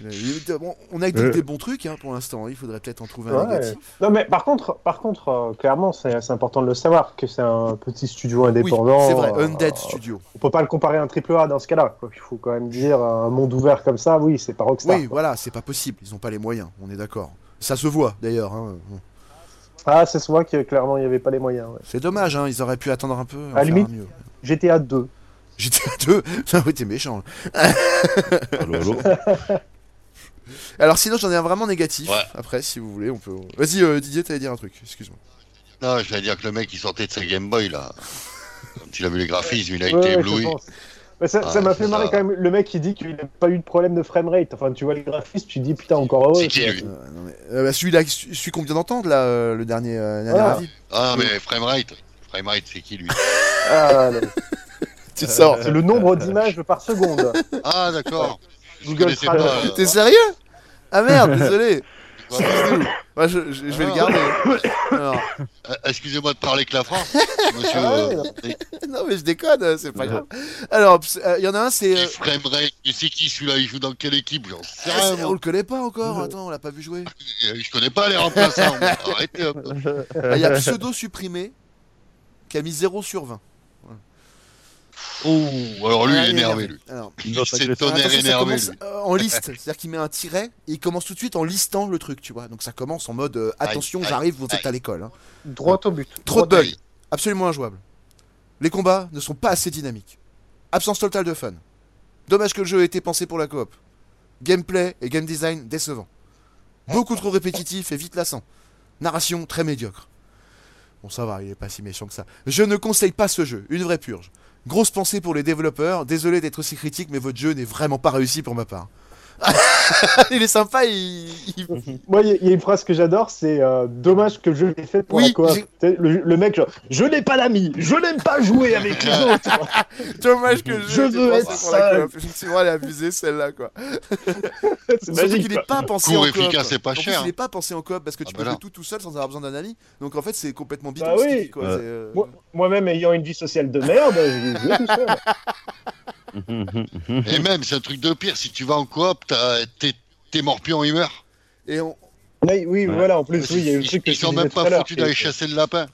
Speaker 1: Il- bon, on a dit
Speaker 12: Ouais.
Speaker 1: des bons trucs hein, pour l'instant, il faudrait peut-être en trouver un
Speaker 12: Euh. Ouais.
Speaker 1: négatif.
Speaker 12: Non mais par contre, par contre, euh, clairement, c'est c'est important de le savoir que c'est un petit studio
Speaker 1: Oui,
Speaker 12: indépendant.
Speaker 1: c'est vrai,
Speaker 12: euh,
Speaker 1: Undead Studio.
Speaker 12: On peut pas le comparer à un triple A dans ce cas-là. quoi. Il faut quand même dire euh, un monde ouvert comme ça, oui, c'est pas Rockstar.
Speaker 1: Oui, voilà, c'est pas possible, ils n'ont pas les moyens, on est d'accord. Ça se voit d'ailleurs. hein.
Speaker 12: Ah, c'est ce mois que clairement il n'y avait pas les moyens. ouais.
Speaker 1: C'est dommage, hein, ils auraient pu attendre un peu. en
Speaker 12: À la
Speaker 1: faire
Speaker 12: limite,
Speaker 1: un mieux.
Speaker 12: GTA 2.
Speaker 1: GTA 2 Ça Ah oui, t'es méchant. là. Alors sinon, j'en ai un vraiment négatif. Après, si vous voulez, on peut. Vas-y, euh, Didier, t'allais dire un truc, excuse-moi.
Speaker 8: Non, j'allais dire que le mec, il sortait de sa Game Boy, là. Quand il a vu les graphismes, il a
Speaker 12: Ouais,
Speaker 8: été
Speaker 12: je
Speaker 8: ébloui.
Speaker 12: pense. Mais ça
Speaker 8: Ah,
Speaker 12: ça m'a
Speaker 8: c'est
Speaker 12: fait marrer
Speaker 8: ça.
Speaker 12: quand même. Le mec qui dit qu'il n'a pas eu de problème de framerate. Enfin, tu vois le graphisme, tu dis putain, encore heureux.
Speaker 1: Euh, non, mais, euh, bah, celui-là, celui celui qu'on vient d'entendre, là, euh, le dernier, euh, dernier
Speaker 12: Voilà.
Speaker 1: avis.
Speaker 8: Ah, mais Framerate. Framerate, c'est qui, lui
Speaker 12: Ah, là.
Speaker 1: Tu sors.
Speaker 12: C'est le nombre d'images par seconde.
Speaker 8: Ah, d'accord.
Speaker 12: Google
Speaker 8: connaissais pas,
Speaker 12: Traduction.
Speaker 8: euh,
Speaker 1: T'es sérieux Ah merde, désolé. Excuse-nous. Moi, je, je- je vais le garder. Alors.
Speaker 8: Euh, Excusez-moi de parler que la France, monsieur.
Speaker 1: Ah ouais,
Speaker 8: euh,
Speaker 1: non mais je déconne, euh, c'est pas grave. Alors, ps- euh, il y en a un, c'est. euh,
Speaker 8: Framerate, mais c'est qui celui-là Il joue dans quelle équipe J'en sais
Speaker 1: ah,
Speaker 8: rien.
Speaker 1: c'est- on le connaît pas encore. Attends, on l'a pas vu jouer.
Speaker 8: Euh, Je connais pas les remplaçants. moi. Arrêtez un peu.
Speaker 1: Ah, Il y a pseudo supprimé qui a mis 0 sur 20.
Speaker 8: Oh, alors lui, il
Speaker 1: Ah,
Speaker 8: est énervé, lui.
Speaker 1: Alors,
Speaker 8: Il s'est tonnerre
Speaker 1: Attention, ça
Speaker 8: énervé,
Speaker 1: commence,
Speaker 8: lui.
Speaker 1: euh, en liste, c'est-à-dire qu'il met un tiret et il commence tout de suite en listant le truc, tu vois. Donc ça commence en mode euh, attention, j'arrive, vous êtes à l'école. hein.
Speaker 12: Droit au but.
Speaker 1: Trop de
Speaker 12: Droit au
Speaker 1: bugs, absolument injouable. Les combats ne sont pas assez dynamiques. Absence totale de fun. Dommage que le jeu ait été pensé pour la coop. Gameplay et game design décevant. Beaucoup trop répétitif et vite lassant. Narration très médiocre. Bon, ça va, il est pas si méchant que ça. Je ne conseille pas ce jeu, une vraie purge. Grosse pensée pour les développeurs, désolé d'être aussi critique, mais votre jeu n'est vraiment pas réussi pour ma part. il est sympa, il.
Speaker 12: Moi, il y a- il y a une phrase que j'adore, c'est euh, dommage que je l'ai fait pour la coop. Tu sais, Le, le mec, genre, je n'ai pas d'amis, je n'aime pas jouer avec les autres.
Speaker 1: Dommage que je.
Speaker 12: Je veux être seul.
Speaker 1: Effectivement, elle est abusée celle-là, quoi. Surtout
Speaker 8: magique,
Speaker 1: qu'il
Speaker 8: quoi.
Speaker 1: n'est pas pensé
Speaker 8: Court,
Speaker 1: en coop.
Speaker 8: efficace et pas
Speaker 1: En plus,
Speaker 8: cher.
Speaker 1: il n'est pas pensé en coop parce que tu
Speaker 8: bah
Speaker 1: peux
Speaker 8: là.
Speaker 1: jouer tout tout seul sans avoir besoin d'un ami. Donc en fait, c'est complètement bidon.
Speaker 12: Bah
Speaker 1: ce qu'il dit,
Speaker 12: oui.
Speaker 1: quoi. C'est, euh,
Speaker 12: Moi- Moi-même ayant une vie sociale de merde, je vais jouer tout seul.
Speaker 5: Mhm.
Speaker 8: Et même, c'est un truc de pire. Si tu vas en coop, t'as- t'es t'es morpion, il meurt.
Speaker 1: Et on,
Speaker 12: Mais oui,
Speaker 8: Ouais.
Speaker 12: voilà, en plus, oui, il y a eu le
Speaker 8: Ils-
Speaker 12: truc que
Speaker 8: ils
Speaker 12: je
Speaker 8: sont
Speaker 12: disais
Speaker 8: même
Speaker 12: tout
Speaker 8: pas
Speaker 12: à l'heure,
Speaker 8: foutus
Speaker 12: qui-
Speaker 8: d'aller chasser le lapin.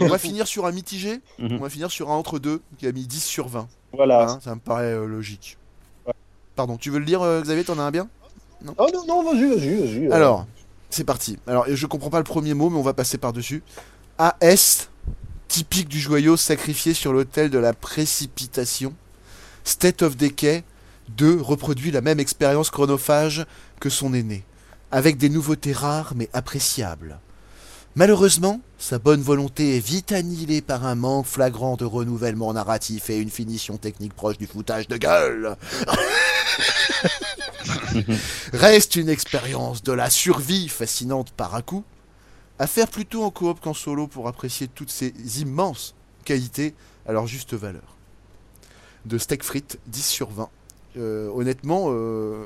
Speaker 1: on va finir sur un mitigé.
Speaker 8: Mhm.
Speaker 1: On va finir sur un entre deux qui a mis 10 sur 20.
Speaker 12: Voilà.
Speaker 1: Hein, ça me paraît euh, logique. Pardon, tu veux le dire, euh, Xavier T'en as un bien
Speaker 12: Oh non, non, vas-y, vas-y, vas-y. euh.
Speaker 1: Alors, c'est parti. Alors, je comprends pas le premier mot, mais on va passer par-dessus. AS, typique du joyau sacrifié sur l'autel de la précipitation. State of Decay 2 reproduit la même expérience chronophage que son aîné, avec des nouveautés rares mais appréciables. Malheureusement, sa bonne volonté est vite annihilée par un manque flagrant de renouvellement narratif et une finition technique proche du foutage de gueule. Reste une expérience de la survie fascinante par un coup, à faire plutôt en coop qu'en solo pour apprécier toutes ces immenses qualités à leur juste valeur. De steak frites, 10 sur 20. Euh, honnêtement, euh,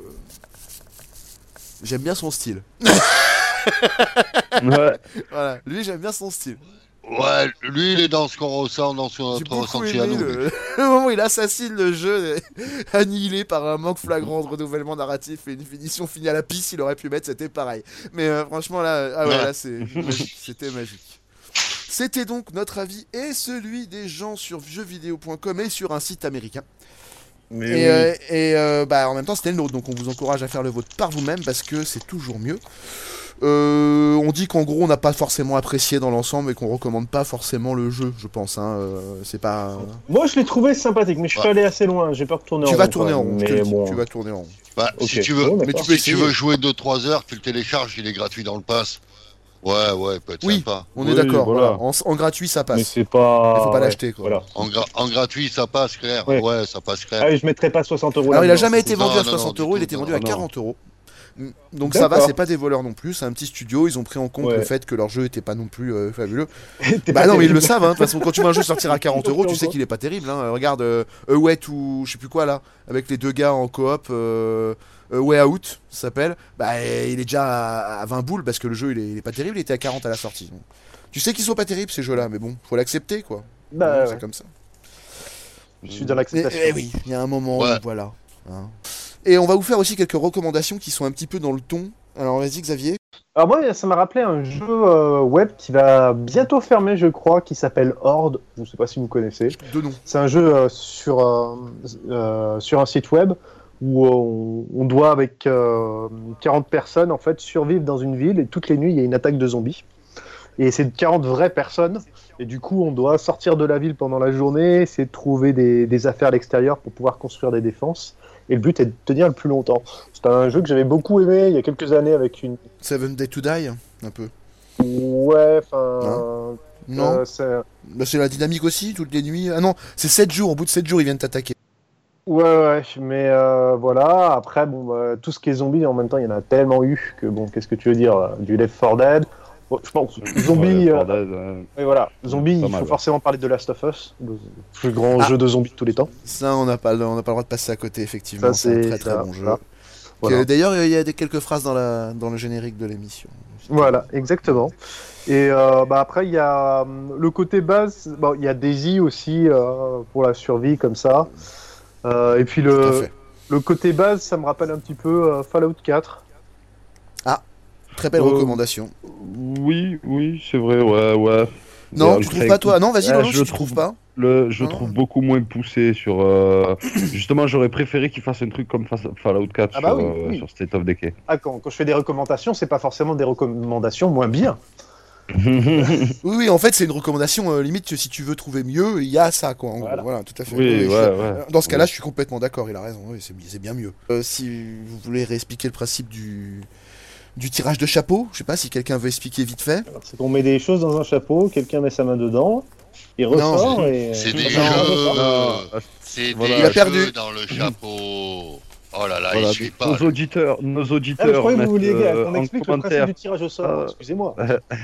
Speaker 1: j'aime bien son style.
Speaker 5: Ouais.
Speaker 1: Voilà, lui j'aime bien son style.
Speaker 8: Ouais, lui, il est dans ce qu'on ressent, dans son-
Speaker 1: J'ai
Speaker 8: notre
Speaker 1: beaucoup
Speaker 8: ressenti à
Speaker 1: aimé
Speaker 8: nous.
Speaker 1: le... le moment où il assassine le jeu, annihilé par un manque flagrant de renouvellement narratif et une finition finie à la pisse, il aurait pu mettre, c'était pareil. Mais euh, franchement, là, ah ouais,
Speaker 8: Ouais.
Speaker 1: là c'est magique, c'était magique. C'était donc notre avis et celui des gens sur jeuxvideo.com et sur un site américain.
Speaker 12: Mais
Speaker 1: Et,
Speaker 12: Eh oui.
Speaker 1: euh, et, euh, bah, en même temps, c'était le nôtre, donc on vous encourage à faire le vôtre par vous-même parce que c'est toujours mieux. Euh, on dit qu'en gros, on n'a pas forcément apprécié dans l'ensemble et qu'on recommande pas forcément le jeu, je pense. hein, euh, c'est pas.
Speaker 12: Moi, je l'ai trouvé sympathique, mais je suis pas
Speaker 1: Ouais.
Speaker 12: allé assez loin, j'ai pas retourné en
Speaker 1: Tu
Speaker 12: rond.
Speaker 1: vas tourner
Speaker 12: quand
Speaker 1: en
Speaker 12: même,
Speaker 1: rond, je te
Speaker 12: mais
Speaker 1: le dis,
Speaker 12: bon.
Speaker 1: tu vas tourner en rond.
Speaker 8: Bah,
Speaker 12: Ok.
Speaker 8: si tu veux,
Speaker 12: Bon, d'accord.
Speaker 8: si tu veux jouer 2-3 heures, tu le télécharges, il est gratuit dans le pass. Ouais, ouais, peut-être
Speaker 1: Oui,
Speaker 8: sympa.
Speaker 1: On est d'accord, voilà. En, en gratuit, ça passe.
Speaker 12: Mais c'est pas.
Speaker 1: Il faut pas
Speaker 12: ouais,
Speaker 1: l'acheter, quoi.
Speaker 12: Voilà.
Speaker 8: En, gra- en gratuit, ça passe, clair.
Speaker 12: Ouais.
Speaker 8: Ouais, ça passe, clair.
Speaker 12: Ah oui, je mettrais pas 60 euros.
Speaker 1: Alors, Ah il a
Speaker 12: là-dedans.
Speaker 1: jamais été
Speaker 8: Non,
Speaker 1: vendu à
Speaker 8: non, non,
Speaker 1: 60
Speaker 8: du
Speaker 1: euros, il
Speaker 8: tout,
Speaker 1: était
Speaker 8: non,
Speaker 1: vendu à
Speaker 12: Ah, non.
Speaker 1: 40 euros. Mm, Donc ça va,
Speaker 12: D'accord.
Speaker 1: c'est pas des voleurs non plus, c'est un petit studio, ils ont pris en compte
Speaker 12: Ouais.
Speaker 1: le fait que leur jeu était pas non plus euh, fabuleux.
Speaker 12: T'es
Speaker 1: Bah
Speaker 12: pas
Speaker 1: non, mais ils
Speaker 12: terrible.
Speaker 1: le savent, hein. de toute façon, quand tu vois un jeu sortir à 40 euros, tu sais
Speaker 12: Encore.
Speaker 1: qu'il est pas terrible. Hein. Euh, Regarde, euh, A Way ou je sais plus quoi là, avec les deux gars en coop, euh, A Way Out, ça s'appelle, bah il est déjà à, à 20 boules parce que le jeu il est, il est pas terrible, il était à 40 à la sortie. Donc, Tu sais qu'ils sont pas terribles ces jeux-là, mais bon, faut l'accepter quoi. Hein,
Speaker 12: Bah,
Speaker 1: c'est
Speaker 12: ouais.
Speaker 1: comme ça.
Speaker 12: Je suis dans
Speaker 1: Mais,
Speaker 12: l'acceptation.
Speaker 1: eh oui, il y a un moment
Speaker 8: Ouais.
Speaker 1: où voilà. hein. Et on va vous faire aussi quelques recommandations qui sont un petit peu dans le ton. Alors vas-y Xavier.
Speaker 12: Alors moi, ça m'a rappelé un jeu euh, web qui va bientôt fermer, je crois, qui s'appelle Horde. Je ne sais pas si vous connaissez.
Speaker 1: Deux noms.
Speaker 12: C'est un jeu euh, sur, euh, euh, sur un site web où euh, on, on doit, avec euh, 40 personnes, en fait, survivre dans une ville et toutes les nuits, il y a une attaque de zombies. Et c'est 40 vraies personnes. Et du coup, on doit sortir de la ville pendant la journée, essayer de trouver des, des affaires à l'extérieur pour pouvoir construire des défenses. Et le but est de tenir le plus longtemps. C'est un jeu que j'avais beaucoup aimé il y a quelques années avec une...
Speaker 1: Seven Day to Die, un peu.
Speaker 12: Ouais, enfin...
Speaker 1: Non.
Speaker 12: euh, c'est-
Speaker 1: Bah, c'est la dynamique aussi, toutes les nuits. Ah non, c'est 7 jours, au bout de 7 jours, ils viennent t'attaquer.
Speaker 12: Ouais, ouais, mais euh, voilà. Après, bon, bah, tout ce qui est zombie, en même temps, il y en a tellement eu que, bon, qu'est-ce que tu veux dire euh, Du Left 4 Dead Bon, Je pense, zombie,
Speaker 5: Ouais,
Speaker 12: euh,
Speaker 5: bordel, ouais.
Speaker 12: oui, voilà. zombie
Speaker 5: Pas
Speaker 12: il
Speaker 5: mal,
Speaker 12: faut
Speaker 5: ouais.
Speaker 12: forcément parler de Last of Us, le plus grand
Speaker 1: Ah.
Speaker 12: jeu de zombies de tous les temps.
Speaker 1: Ça, on n'a pas, le- on n'a pas le droit de passer à côté, effectivement.
Speaker 12: Ça,
Speaker 1: C'est un
Speaker 12: c'est-
Speaker 1: très très
Speaker 12: ça,
Speaker 1: bon jeu.
Speaker 12: voilà.
Speaker 1: Que-
Speaker 12: Voilà.
Speaker 1: D'ailleurs, il y a des, quelques phrases dans, la, dans le générique de l'émission.
Speaker 12: Voilà, exactement. Et euh, bah, après, il y a hum, le côté base, bon, il y a Daisy aussi euh, pour la survie, comme ça. Euh, et puis
Speaker 1: Tout à
Speaker 12: le,
Speaker 1: fait.
Speaker 12: le côté base, ça me rappelle un petit peu euh, Fallout 4.
Speaker 1: Très belle
Speaker 5: Euh,
Speaker 1: recommandation.
Speaker 5: Oui, oui, c'est vrai, ouais, ouais.
Speaker 1: Non,
Speaker 5: Ouais,
Speaker 1: tu
Speaker 5: le
Speaker 1: trouves pas
Speaker 5: très-
Speaker 1: toi Non, vas-y,
Speaker 5: Ouais,
Speaker 1: Lolo,
Speaker 5: je
Speaker 1: si
Speaker 5: le
Speaker 1: tu trouves
Speaker 5: trouve-
Speaker 1: pas.
Speaker 5: Le, je
Speaker 1: Ah.
Speaker 5: le trouve beaucoup moins poussé sur. euh, Justement, j'aurais préféré qu'il fasse un truc comme Fa- Fallout 4
Speaker 12: Ah bah
Speaker 5: sur,
Speaker 12: oui,
Speaker 5: euh,
Speaker 12: oui.
Speaker 5: sur State of Decay.
Speaker 12: Ah, quand, quand je fais des recommandations, c'est pas forcément des recommandations moins bien.
Speaker 1: oui, oui, en fait, c'est une recommandation euh, limite. Si tu veux trouver mieux, il y a ça, quoi. En gros, voilà, tout à fait.
Speaker 5: Oui,
Speaker 1: je-
Speaker 5: ouais, ouais.
Speaker 1: Dans ce cas-là,
Speaker 5: Oui.
Speaker 1: je suis complètement d'accord. Il a raison. Oui, c'est c'est bien mieux. Euh, si vous voulez réexpliquer le principe du du tirage de chapeau, je sais pas si quelqu'un veut expliquer vite fait.
Speaker 12: C'est qu'on met des choses dans un chapeau, quelqu'un met sa main dedans, il ressort et.
Speaker 8: des
Speaker 12: Non, on
Speaker 8: jeux.
Speaker 12: ressort.
Speaker 8: C'est
Speaker 5: Voilà.
Speaker 8: des
Speaker 5: Il a
Speaker 8: jeux
Speaker 5: perdu.
Speaker 8: dans le chapeau. Oh là là,
Speaker 5: Voilà,
Speaker 8: il suit
Speaker 5: nos
Speaker 8: pas. lui.
Speaker 5: auditeurs, nos
Speaker 12: Ah, mais je
Speaker 5: auditeurs
Speaker 12: croyais que
Speaker 5: mettent,
Speaker 12: vous vouliez
Speaker 5: euh,
Speaker 12: qu'on
Speaker 5: en
Speaker 12: explique le principe
Speaker 5: commentaire.
Speaker 12: du tirage au sort,
Speaker 5: Euh,
Speaker 12: excusez-moi.
Speaker 8: Oh,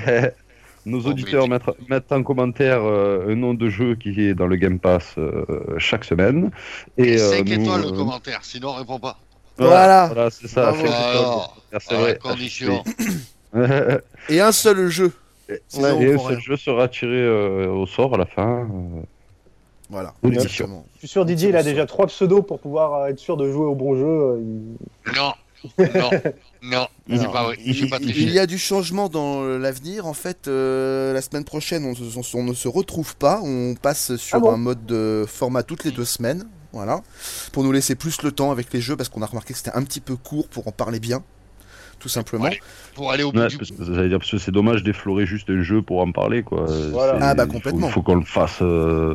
Speaker 5: Nos auditeurs mettent, mettent en commentaire euh, un nom de jeu qui est dans le Game Pass euh, chaque semaine. Et,
Speaker 8: Et
Speaker 5: euh,
Speaker 8: 5
Speaker 5: nous,
Speaker 8: étoiles
Speaker 5: euh,
Speaker 8: le commentaire, sinon réponds pas.
Speaker 5: Voilà. Voilà, c'est ça.
Speaker 8: Bravo.
Speaker 5: cinq étoiles,
Speaker 8: Alors,
Speaker 5: c'est
Speaker 8: à la
Speaker 5: vrai.
Speaker 8: condition.
Speaker 1: Et un seul jeu. Sinon, on
Speaker 5: et
Speaker 1: prend
Speaker 5: ce
Speaker 1: rien.
Speaker 5: jeu sera tiré euh, au sort à la fin. euh,
Speaker 1: Voilà.
Speaker 5: de l'émission.
Speaker 1: Exactement.
Speaker 12: Je suis sûr, Didier, il a déjà trois pseudos pour pouvoir euh, être sûr de jouer au bon jeu. euh, il-
Speaker 8: Non, non, non, c'est
Speaker 1: Alors,
Speaker 8: pas vrai.
Speaker 1: Il,
Speaker 8: Je vais pas
Speaker 1: il-
Speaker 8: tricher.
Speaker 1: il y a du changement dans l'avenir. En fait, euh, la semaine prochaine, on, se- on ne se retrouve pas. On passe sur un mode de format toutes les deux semaines. Voilà. Pour nous laisser plus le temps avec les jeux, parce qu'on a remarqué que c'était un petit peu court pour en parler bien. Tout simplement.
Speaker 8: Pour aller au
Speaker 5: Ouais, parce que- j'allais dire, parce que c'est dommage d'effleurer juste un jeu pour en parler, quoi. Euh,
Speaker 1: Voilà.
Speaker 5: c'est-
Speaker 1: Ah, bah,
Speaker 5: il faut-
Speaker 1: complètement.
Speaker 5: Il faut, qu'on le fasse, euh,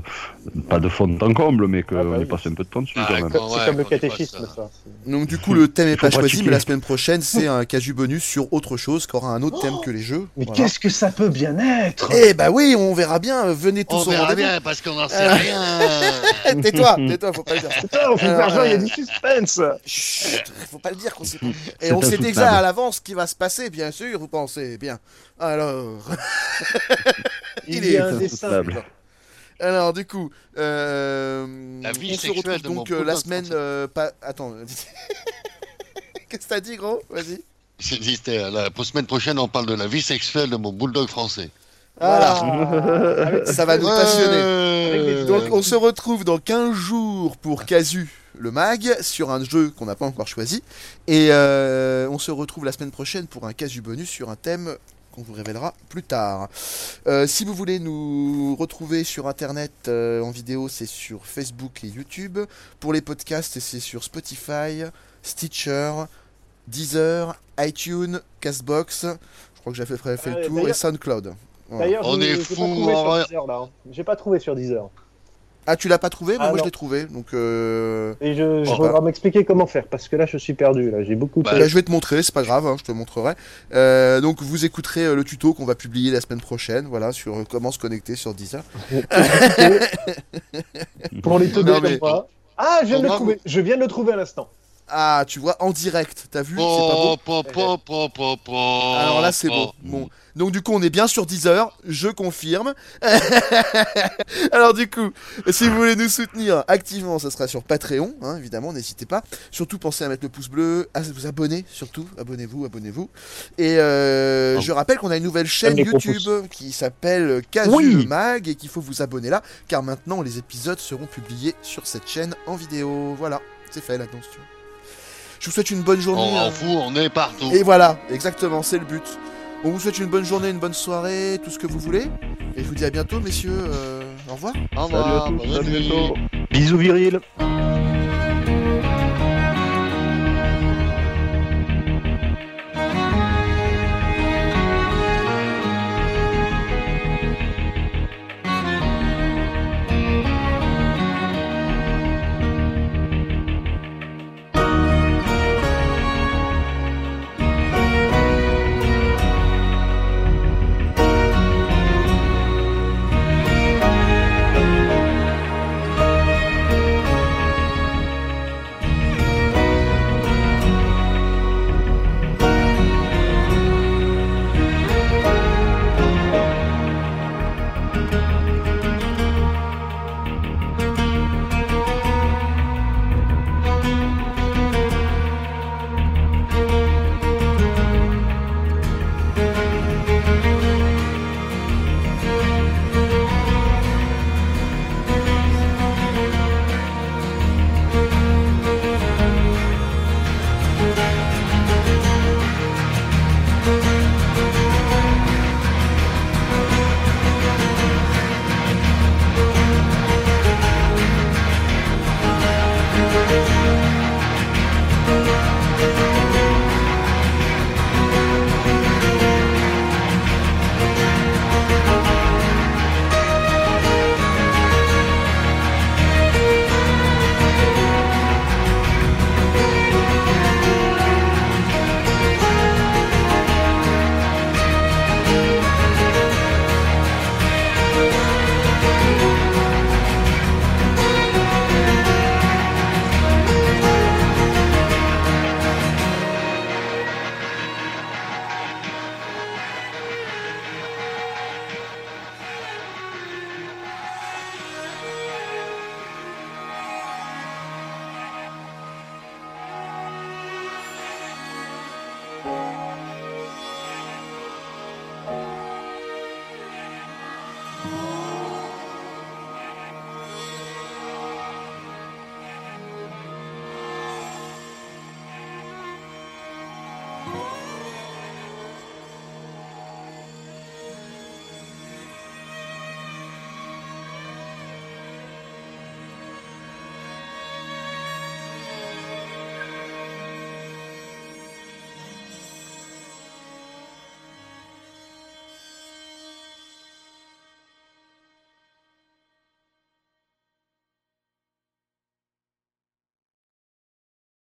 Speaker 5: pas de fond en comble, mais qu'on y passe un peu de temps dessus, quand même.
Speaker 12: C'est comme le catéchisme, ça.
Speaker 1: Donc, du coup, le thème n'est
Speaker 5: Faut
Speaker 1: pas choisi,
Speaker 5: pratiquer.
Speaker 1: mais la semaine prochaine, c'est un casu bonus sur autre chose qui aura un autre thème que les jeux.
Speaker 12: Mais
Speaker 1: Voilà.
Speaker 12: qu'est-ce que ça peut bien être
Speaker 1: Eh bah oui, on verra bien. Venez tous
Speaker 8: On
Speaker 1: au
Speaker 8: verra
Speaker 1: rendez-vous. Eh,
Speaker 8: bien parce qu'on n'en sait rien.
Speaker 1: tais-toi, tais-toi, faut pas le dire.
Speaker 12: oh,
Speaker 10: Putain, on fait de
Speaker 12: Ah,
Speaker 1: Alors,
Speaker 10: l'argent, il y a
Speaker 1: euh,
Speaker 10: du suspense
Speaker 1: Chut, faut pas le dire qu'on sait pas.
Speaker 10: C'est
Speaker 1: Et on sait déjà
Speaker 10: insoutenable.
Speaker 1: à l'avance ce qui va se passer, bien sûr, vous pensez, bien. Alors.
Speaker 12: Il y a un dessin.
Speaker 1: insoutenable. Alors, du coup, euh,
Speaker 8: La vie
Speaker 1: on se
Speaker 8: sexuelle
Speaker 1: retrouve
Speaker 8: de mon
Speaker 1: donc euh,
Speaker 8: pote
Speaker 1: la
Speaker 8: dans
Speaker 1: semaine. euh, pas... Attends. Qu'est-ce que t'as dit, gros Vas-y.
Speaker 8: J'ai dit, c'était, euh, la pour semaine prochaine, on parle de la vie sexuelle de mon bulldog français.
Speaker 12: Ah.
Speaker 1: Voilà. Ça va nous
Speaker 8: Ouais. Euh,
Speaker 1: passionner. Donc on se retrouve dans 15 jours pour Casu le mag sur un jeu qu'on n'a pas encore choisi et euh, on se retrouve la semaine prochaine pour un Casu bonus sur un thème qu'on vous révélera plus tard. Euh, si vous voulez nous retrouver sur internet euh, en vidéo, c'est sur Facebook et YouTube. Pour les podcasts, c'est sur Spotify, Stitcher, Deezer, iTunes, Castbox. Je crois que j'ai fait, fait
Speaker 12: Ah,
Speaker 1: le tour et
Speaker 12: d'ailleurs-
Speaker 1: SoundCloud. Voilà.
Speaker 12: D'ailleurs, je- je l'ai pas trouvé sur Deezer, là, hein. J'ai pas trouvé sur Deezer.
Speaker 1: Ah, tu l'as pas trouvé Bah,
Speaker 12: Ah,
Speaker 1: Moi, je
Speaker 12: non.
Speaker 1: l'ai trouvé. Donc, euh...
Speaker 12: Et je, je
Speaker 1: Oh,
Speaker 12: voudrais
Speaker 1: bah.
Speaker 12: m'expliquer comment faire, parce que là, je suis perdu. Là, j'ai beaucoup de.
Speaker 1: bah, je vais te montrer, c'est pas grave, hein, je te montrerai. Euh, donc, vous écouterez euh, le tuto qu'on va publier la semaine prochaine, voilà, sur euh, comment se connecter sur Deezer.
Speaker 12: Pour les teubés
Speaker 1: Non, mais-
Speaker 12: comme moi. Ah, je viens de
Speaker 1: Pour
Speaker 12: le
Speaker 1: moi,
Speaker 12: trouver. Je viens de le trouver à l'instant.
Speaker 1: Ah, tu vois, en direct, t'as vu
Speaker 8: Oh,
Speaker 1: C'est
Speaker 8: po, po, po, po, po.
Speaker 1: pas beau Alors là, c'est beau.
Speaker 8: bon.
Speaker 1: Bon. Donc, du coup, on est bien sur Deezer, je confirme. Alors, du coup, si vous voulez nous soutenir activement, ça sera sur Patreon, hein, évidemment, n'hésitez pas. Surtout, pensez à mettre le pouce bleu, à vous abonner, surtout, abonnez-vous, abonnez-vous. Et euh, je rappelle qu'on a une nouvelle chaîne
Speaker 12: Comme les gros
Speaker 1: YouTube qui s'appelle Casu
Speaker 12: Oui.
Speaker 1: le Mag et qu'il faut vous abonner là, car maintenant les épisodes seront publiés sur cette chaîne en vidéo. Voilà, c'est fait l'annonce. tu vois. Je vous souhaite une bonne journée.
Speaker 8: On
Speaker 1: euh,
Speaker 8: s'en fout, on est partout.
Speaker 1: et voilà, exactement, c'est le but. On vous souhaite une bonne journée, une bonne soirée, tout ce que vous voulez. Et je vous dis à bientôt, messieurs. euh, au revoir.
Speaker 8: Au
Speaker 9: Salut à
Speaker 8: revoir.
Speaker 9: tous,
Speaker 8: bonne
Speaker 9: à
Speaker 8: nuit.
Speaker 9: bientôt. Bisous viril.
Speaker 1: Bisous.